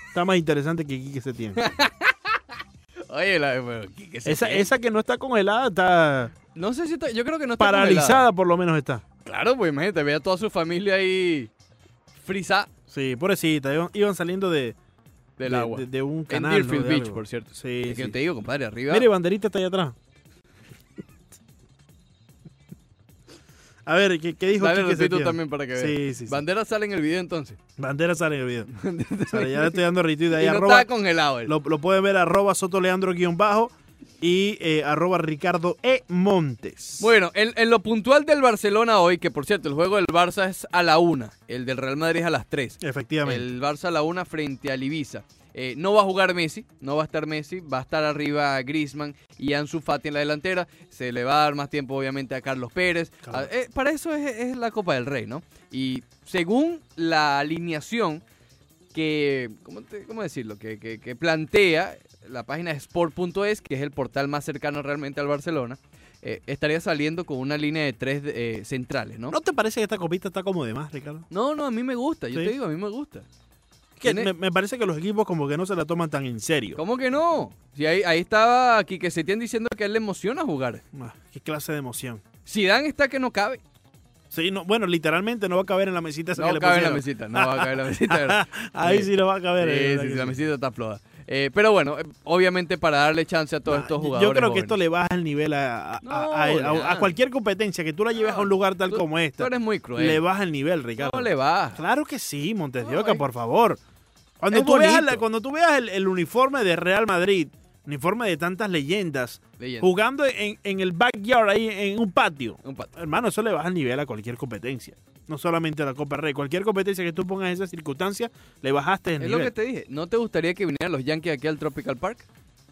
B: Está más interesante que Quique se tiene.
A: Oye, la, pero Quique Setién.
B: Esa, esa que no está congelada está
A: No sé si está... Yo creo que no está congelada.
B: paralizada, por lo menos está.
A: Claro, pues imagínate, ve a toda su familia ahí frisada
B: Sí, pobrecita, iban, iban saliendo de,
A: del
B: de-
A: agua.
B: de- de un
A: en
B: canal. ¿no?
A: Deerfield
B: de
A: Beach,
B: algo.
A: por cierto.
B: Sí,
A: Es que
B: sí.
A: te digo, ah. compadre, arriba...
B: Mire, banderita está allá atrás. A ver, ¿qué, qué dijo
A: dale
B: Quique
A: retweet tú
B: Setién?
A: también para que veas.
B: Sí, sí, sí.
A: Bandera sale en el video entonces.
B: Bandera sale en el video. Sale, ya le estoy dando retweet ahí.
A: y no
B: arroba,
A: está congelado él.
B: lo, lo pueden ver arroba sotoleandro-bajo. y eh, arroba Ricardo E. Montes.
A: Bueno, en, en lo puntual del Barcelona hoy, que por cierto, el juego del Barça es a la una, el del Real Madrid es a las tres.
B: Efectivamente.
A: El Barça a la una frente al Ibiza. Eh, no va a jugar Messi, no va a estar Messi, va a estar arriba Griezmann y Ansu Fati en la delantera. Se le va a dar más tiempo, obviamente, a Carlos Pérez.
B: Claro.
A: A- eh, para eso es, es la Copa del Rey, ¿no? Y según la alineación que, ¿cómo, te- cómo decirlo? Que, que- que plantea la página sport.es, que es el portal más cercano realmente al Barcelona, eh, estaría saliendo con una línea de tres eh, centrales, ¿no?
B: ¿No te parece que esta copita está como de más, Ricardo?
A: No, no, a mí me gusta, yo
B: Sí.
A: te digo, a mí me gusta.
B: Que
A: Tiene-
B: me, me parece que los equipos como que no se la toman tan en serio.
A: ¿Cómo que no? Si ahí, ahí estaba Quique Setién diciendo que a él le emociona jugar.
B: Ah, qué clase de emoción.
A: Zidane está que no cabe.
B: Sí, no, bueno, literalmente no va a caber en la mesita esa
A: No
B: que le
A: cabe en la mesita,
B: pusieron.
A: no va a caber en la mesita. de verdad.
B: Ahí sí no va a caber. de
A: Sí,
B: verdad
A: sí,
B: que
A: la
B: sí.
A: mesita está floja. Eh, pero bueno, eh, obviamente para darle chance a todos
B: Ah,
A: estos
B: yo-
A: jugadores
B: Yo creo que
A: jóvenes.
B: esto le baja el nivel a, a- a-
A: No,
B: a- a- a
A: nada.
B: cualquier competencia que tú la lleves a un lugar tal
A: Tú-
B: como
A: Tú
B: esta.
A: eres muy cruel.
B: Le baja el nivel, Ricardo.
A: No le va.
B: Claro que sí, Montes de
A: No,
B: Oca,
A: es-
B: por favor. Cuando
A: es
B: tú, veas
A: bonito.
B: la- cuando tú veas el, el uniforme de Real Madrid, uniforme de tantas leyendas,
A: Leyenda.
B: jugando en, en el backyard, ahí en un patio,
A: Un pato.
B: hermano, eso le baja el nivel a cualquier competencia. No solamente a la Copa Rey, cualquier competencia que tú pongas en esas circunstancias, le bajaste el
A: Es lo
B: nivel.
A: que te dije. ¿No te gustaría que vinieran los Yankees aquí al Tropical Park?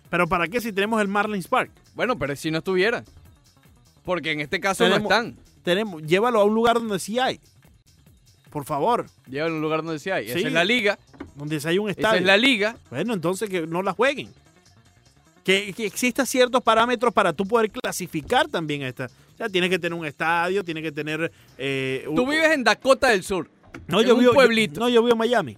B: Pero ¿para qué si tenemos el Marlins Park?
A: Bueno, pero si no estuvieran. Porque en este caso
B: Tenemos-
A: no están.
B: Tenemos, llévalo a un lugar donde sí hay. Por favor,
A: Llevan a un lugar donde sí hay.
B: Sí.
A: Esa es la liga.
B: donde sí hay un
A: Esa
B: estadio.
A: es la liga.
B: Bueno, entonces que no la jueguen. Que, que existan ciertos parámetros para tú poder clasificar también a esta. O sea, tienes que tener un estadio, tienes que tener. eh, un-
A: Tú vives en Dakota del Sur.
B: no,
A: en un
B: vivo-
A: pueblito.
B: no, yo vivo en Miami.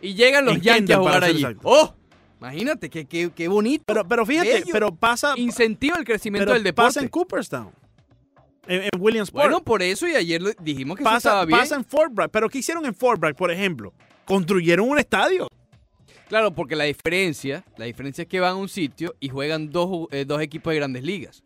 A: Y llegan los
B: En
A: Yankees
B: Kendall,
A: a
B: para
A: jugar
B: ser
A: allí.
B: exacto.
A: ¡Oh! Imagínate, qué, qué, qué bonito.
B: Pero, pero fíjate,
A: Bello.
B: pero pasa.
A: Incentiva el crecimiento
B: pero
A: del
B: pasa
A: deporte.
B: en Cooperstown. En, en Williamsport.
A: bueno, por eso, y ayer lo- dijimos que eso estaba
B: pasa,
A: bien.
B: pasa en Fort Bragg. Pero ¿qué hicieron en Fort Bragg, por ejemplo? Construyeron un estadio.
A: Claro, porque la diferencia, la diferencia es que van a un sitio y juegan dos, ju- eh, dos equipos de grandes ligas.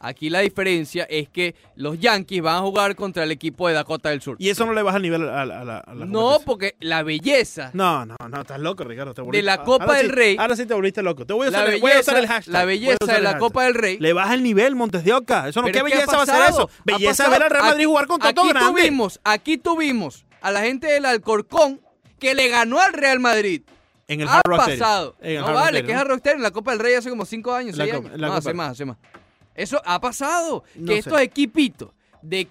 A: Aquí la diferencia es que los Yankees van a jugar contra el equipo de Dakota del Sur.
B: Y eso no le baja el nivel a, la- a la. a la
A: No,
B: competencia.
A: porque la belleza,
B: No, no, no, estás loco, Ricardo. te
A: De la
B: volviste-
A: Copa
B: ahora
A: del
B: sí-
A: Rey.
B: Ahora sí te volviste loco. Te voy a
A: la
B: usar, voy a usar el
A: belleza,
B: hashtag.
A: la
B: voy a usar
A: belleza de
B: el
A: la
B: hashtag.
A: Copa del Rey
B: Le baja el nivel, Montes de Oca. Eso
A: Pero
B: no, ¿Qué
A: es que ha
B: belleza va a ser
A: pasado,
B: eso?
A: ha
B: Belleza
A: pasado.
B: es ver al Real
A: Aquí-
B: Madrid jugar con todo
A: aquí
B: grande.
A: Tuvimos, aquí tuvimos a la gente del Alcorcón que le ganó al Real Madrid.
B: En el
A: ha
B: Hard Rock Stadium.
A: pasado.
B: En el
A: no
B: Hard Rock
A: vale,
B: Stadium,
A: que es
B: ¿no?
A: Hard Rock Stadium, en la Copa del Rey hace como 5 años,
B: La
A: 6
B: Copa-
A: años.
B: la
A: No, hace
B: Copa.
A: más, hace más. Eso ha pasado.
B: No
A: que
B: sé.
A: estos equipitos de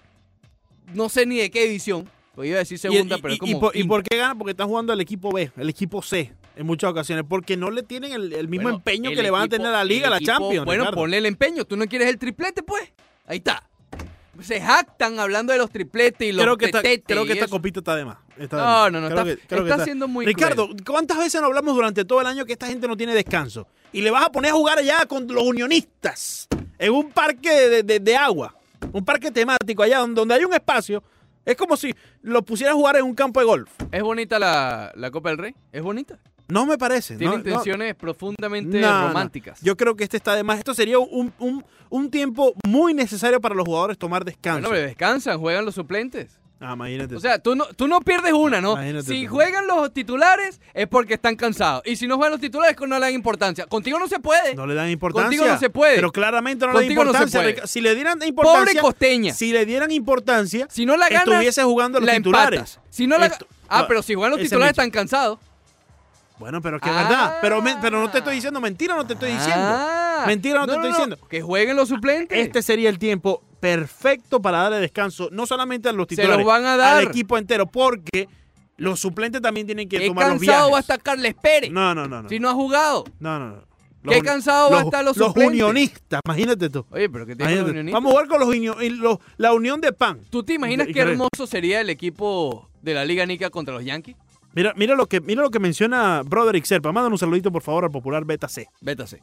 A: no sé ni de qué edición, pues iba a decir
B: Y-
A: segunda,
B: y-
A: pero
B: y-
A: es como
B: y, por, y
A: quinta.
B: por qué gana? Porque están jugando el equipo B, el equipo C, en muchas ocasiones. Porque no le tienen el, el mismo
A: Bueno,
B: empeño
A: el
B: que le van a
A: equipo-
B: tener a la Liga, a
A: el
B: la
A: equipo-
B: Champions.
A: Bueno,
B: Ricardo.
A: ponle el empeño. ¿Tú no quieres el triplete, pues? Ahí está. Se jactan hablando de los tripletes y los
B: creo que, esta,
A: tetetes
B: creo
A: y
B: que esta
A: eso.
B: copita está de más. Está de
A: No,
B: más.
A: no, no,
B: Creo
A: está-
B: creo
A: está siendo muy
B: Ricardo, ¿cuántas veces nos hablamos durante todo el año que esta gente no tiene descanso? Y le vas a poner a jugar allá con los unionistas en un parque de, de- de- de agua, un parque temático allá donde, donde hay un espacio. Es como si lo pusiera a jugar en un campo de golf.
A: ¿Es bonita la, la Copa del Rey? ¿Es bonita?
B: No me parece.
A: Tiene
B: no, no.
A: intenciones profundamente
B: No, no.
A: románticas.
B: Yo creo que este está de más. Esto sería un, un- un tiempo muy necesario para los jugadores tomar descanso.
A: Bueno, pero descansan, juegan los suplentes.
B: Ah, imagínate.
A: O sea, tú no, tú no pierdes una, ¿no?
B: Imagínate
A: si
B: tú.
A: juegan los titulares es porque están cansados. Y si no juegan los titulares, no le dan importancia. Contigo no se puede.
B: No le dan importancia.
A: eh, Contigo no se puede.
B: Pero claramente no
A: Contigo
B: le
A: no
B: dan
A: se
B: importancia.
A: puede.
B: Rica- si le dieran importancia.
A: Pobre Costeña.
B: Si le dieran importancia,
A: Si no la ganas,
B: estuviese jugando los
A: la
B: titulares.
A: empatas. Si no la
B: Esto-
A: Ah,
B: no,
A: pero si juegan los
B: ese
A: titulares
B: Micho.
A: están cansados.
B: Bueno, pero que es
A: Ah.
B: verdad. Pero, me- pero no te estoy diciendo mentira, no te estoy diciendo.
A: Ah.
B: Mentira, no te estoy diciendo.
A: Que jueguen los suplentes.
B: Este sería el tiempo perfecto para darle descanso, no solamente a los
A: Se
B: titulares,
A: los van a dar.
B: al equipo entero, porque los suplentes también tienen que
A: Qué
B: tomar los
A: cansado
B: viajes.
A: va a estar Carles Pérez
B: No, no, no, no.
A: si no ha jugado.
B: No, no, no.
A: Qué
B: uni-
A: cansado va a estar los
B: Los
A: suplentes.
B: unionistas, imagínate tú.
A: Oye, pero que tiene
B: Imagínate.
A: los unionistas.
B: Vamos a jugar con los, unio- y los- la unión de pan.
A: ¿Tú te imaginas qué
B: Increíble.
A: hermoso sería el equipo de la Liga Nica contra los Yankees?
B: Mira, mira lo que mira lo que menciona Broderick Serpa. Mándale un saludito por favor al popular Beta C.
A: Vétase.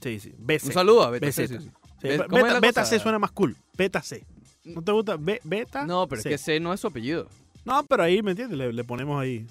B: Sí, sí. BC.
A: Un saludo a Beta
B: BZ.
A: C.
B: Sí,
A: sí, sí. Ve-
B: Beta,
A: ¿cómo es la
B: Beta
A: cosa?
B: C suena más cool. Beta C. ¿No te gusta? Be- beta.
A: No, pero
B: C.
A: es que C no es su apellido.
B: No, pero ahí, ¿me entiendes? Le, le ponemos ahí.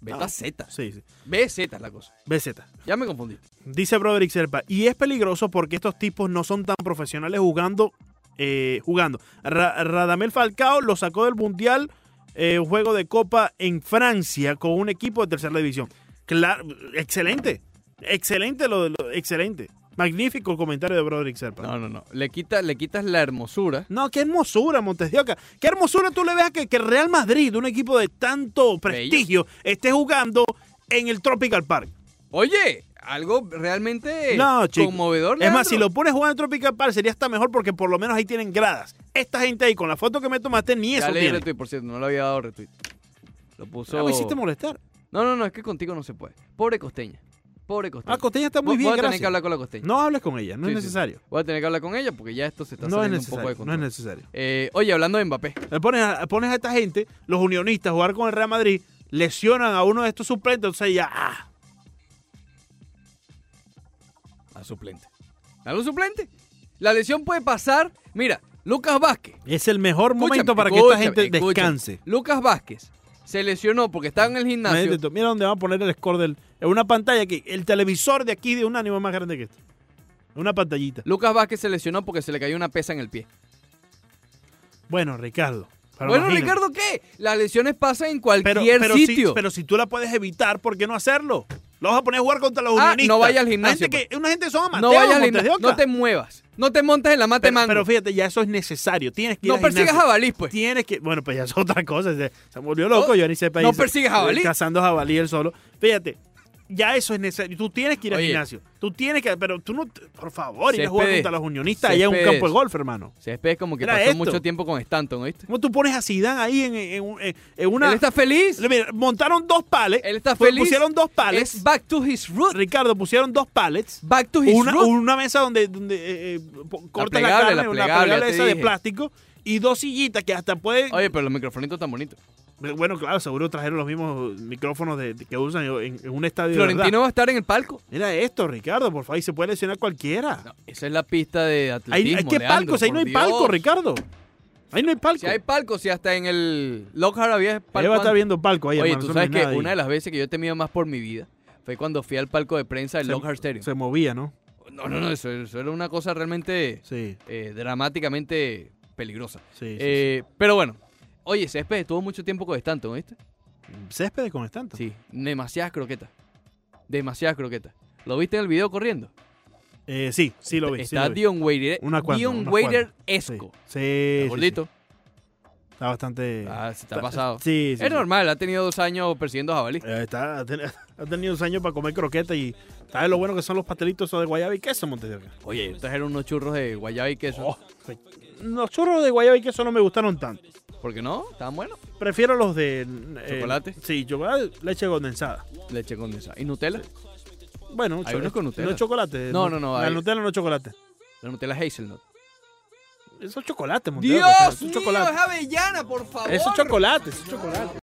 A: Beta
B: Ah.
A: Z.
B: Sí, sí.
A: BZ es la cosa.
B: BZ.
A: Ya me confundí.
B: Dice Broderick Serpa. Y es peligroso porque estos tipos no son tan profesionales jugando. eh, jugando. Ra- Radamel Falcao lo sacó del Mundial. eh, un juego de Copa en Francia con un equipo de tercera división. Claro, excelente. Excelente lo, lo- excelente. Magnífico comentario de Broderick Serpa. No,
A: No, no, no. Le, quita, le quitas la hermosura.
B: qué hermosura, Montes de Oca. Qué hermosura tú le veas que, que Real Madrid, un equipo de tanto prestigio, esté jugando en el Tropical Park.
A: Oye, algo realmente
B: No, chico.
A: conmovedor.
B: Es
A: Leandro.
B: más, si lo pones jugando en Tropical Park sería hasta mejor porque por lo menos ahí tienen gradas. Esta gente ahí con la foto que me tomaste ni
A: Ya
B: eso
A: leí
B: tiene.
A: retweet, por cierto, no le había dado retweet. Lo puso.
B: Ah, me hiciste molestar.
A: No, no, no, es que contigo no se puede. Pobre costeña. Pobre costeña.
B: Ah, Costeña está muy
A: Voy-
B: bien,
A: Voy a tener
B: gracias.
A: que hablar con la costeña.
B: No hables con ella, no
A: Sí,
B: es
A: sí.
B: necesario.
A: Voy a tener que hablar con ella porque ya esto se está
B: No es
A: saliendo un poco de
B: necesario, no
A: control.
B: es necesario.
A: Eh, oye, hablando de Mbappé.
B: Le Pones a, pones a esta gente, los unionistas, a jugar con el Real Madrid, lesionan a uno de estos suplentes, entonces ya, ah,
A: A suplente. ¿A un suplente? La lesión puede pasar. Mira, Lucas Vázquez.
B: es el mejor momento
A: Escúchame,
B: para que
A: escúchame,
B: esta gente
A: escúchame.
B: descanse.
A: Lucas Vázquez se lesionó porque estaba en el gimnasio.
B: Mira, Mira dónde van a poner el score del. En una pantalla aquí. El televisor de aquí de un ánimo es más grande que este. Una pantallita.
A: Lucas Vázquez se lesionó porque se le cayó una pesa en el pie.
B: Bueno, Ricardo. pero
A: bueno,
B: imagínate.
A: Ricardo, ¿qué? Las lesiones pasan en cualquier
B: pero, pero
A: sitio.
B: Si, pero si tú la puedes evitar, ¿por qué no hacerlo? Lo vas a poner a jugar contra los
A: Ah,
B: unionistas.
A: no vaya al
B: Hay
A: gimnasio, pues.
B: gente que, una gente que son amateurs.
A: no vayas al
B: Montes de
A: gimnasio,
B: Oca.
A: no te muevas, no te montes en la mata de
B: pero,
A: mango.
B: pero fíjate, ya eso es necesario. Tienes que ir
A: no
B: al
A: persigas
B: gimnasio.
A: jabalís, pues.
B: Tienes que. Bueno, pues ya es otra cosa. Se, se volvió loco,
A: No,
B: yo ni sepa.
A: no
B: ahí se-
A: persigue jabalí.
B: Cazando jabalí él solo. Fíjate, ya eso es necesario. Tú tienes que ir al
A: Oye.
B: gimnasio. Tú tienes que. Pero tú no. te- Por favor, ir a jugar
A: Céspedes.
B: contra los unionistas allá en un campo de
A: Céspedes.
B: golf, hermano.
A: Céspedes como que
B: Era
A: pasó
B: esto.
A: mucho tiempo con Stanton, ¿oíste?
B: ¿Cómo tú pones a Zidane ahí en, en- en- en- en una.
A: Él está feliz.
B: Mira, montaron dos palets.
A: Él está
B: pu-
A: feliz.
B: Pusieron dos palets.
A: Es back to his roots.
B: Ricardo, pusieron dos palets.
A: Back to his
B: Una,
A: roots.
B: una mesa donde, donde eh, eh, po- cortas la,
A: plegable,
B: carne,
A: la
B: una
A: plegable, ya
B: plegable
A: te
B: esa de
A: dije.
B: plástico. Y dos sillitas que hasta pueden.
A: Oye, pero los microfonitos tan bonitos.
B: Bueno, claro, seguro trajeron los mismos micrófonos de, de- que usan en, en un estadio. de
A: Florentino
B: verdad.
A: va a estar en el palco.
B: Mira esto, Ricardo, por favor, ahí se puede lesionar cualquiera.
A: No, esa es la pista de
B: Ahí-
A: atletismo.
B: hay que
A: Leandro,
B: palcos, ahí no
A: por
B: hay palco,
A: Dios.
B: Ricardo. Ahí no hay palco.
A: Si hay palco, si hasta en el Lockhart había palco.
B: ahí va a estar
A: antes.
B: viendo palco ahí,
A: Oye,
B: hermano,
A: tú
B: eso no
A: sabes
B: es
A: que
B: nada ahí.
A: una de las veces que yo he temido más por mi vida fue cuando fui al palco de prensa del Lockhart Stadium.
B: se movía, ¿no?
A: No, no, no, eso, eso era una cosa realmente
B: Sí,
A: eh, dramáticamente peligrosa.
B: sí. sí,
A: Eh, Pero bueno, oye, Césped estuvo mucho tiempo con Stanton, ¿viste?
B: sí. Césped con estanto.
A: Sí, demasiadas croquetas. Demasiadas croquetas. ¿Lo viste en el video corriendo?
B: Eh, sí, sí lo vi. sí
A: Está
B: lo vi.
A: Dion Wader.
B: Una cuanta,
A: Dion
B: una
A: Wader
B: cuanta. Sí,
A: esco.
B: sí, sí, sí.
A: Gordito.
B: Está bastante.
A: Ah, se te ha pasado.
B: Sí, sí.
A: es
B: sí.
A: normal, ha tenido dos años persiguiendo a jabalí.
B: Eh, está, ha, ten- ha tenido unos años para comer croqueta y sabes lo bueno que son los pastelitos esos de guayaba y queso, Montes de Oca?
A: Oye, trajeron unos churros de guayaba y queso.
B: Oh, los churros de guayaba y queso no me gustaron tanto.
A: ¿Por qué no? Estaban buenos.
B: Prefiero los de. eh,
A: ¿Chocolate?
B: sí, chocolate, leche condensada.
A: Leche condensada. ¿Y Nutella?
B: Bueno,
A: Hay
B: cho-
A: unos con Nutella.
B: No es chocolate.
A: No, no, no,
B: La
A: hay-
B: Nutella no es chocolate.
A: La Nutella Hazelnut.
B: Eso es chocolate, Montes de Oca,
A: ¡Dios
B: Eso
A: mío!
B: es chocolate.
A: ¡Es avellana, por favor!
B: Eso es chocolate, eso es chocolate.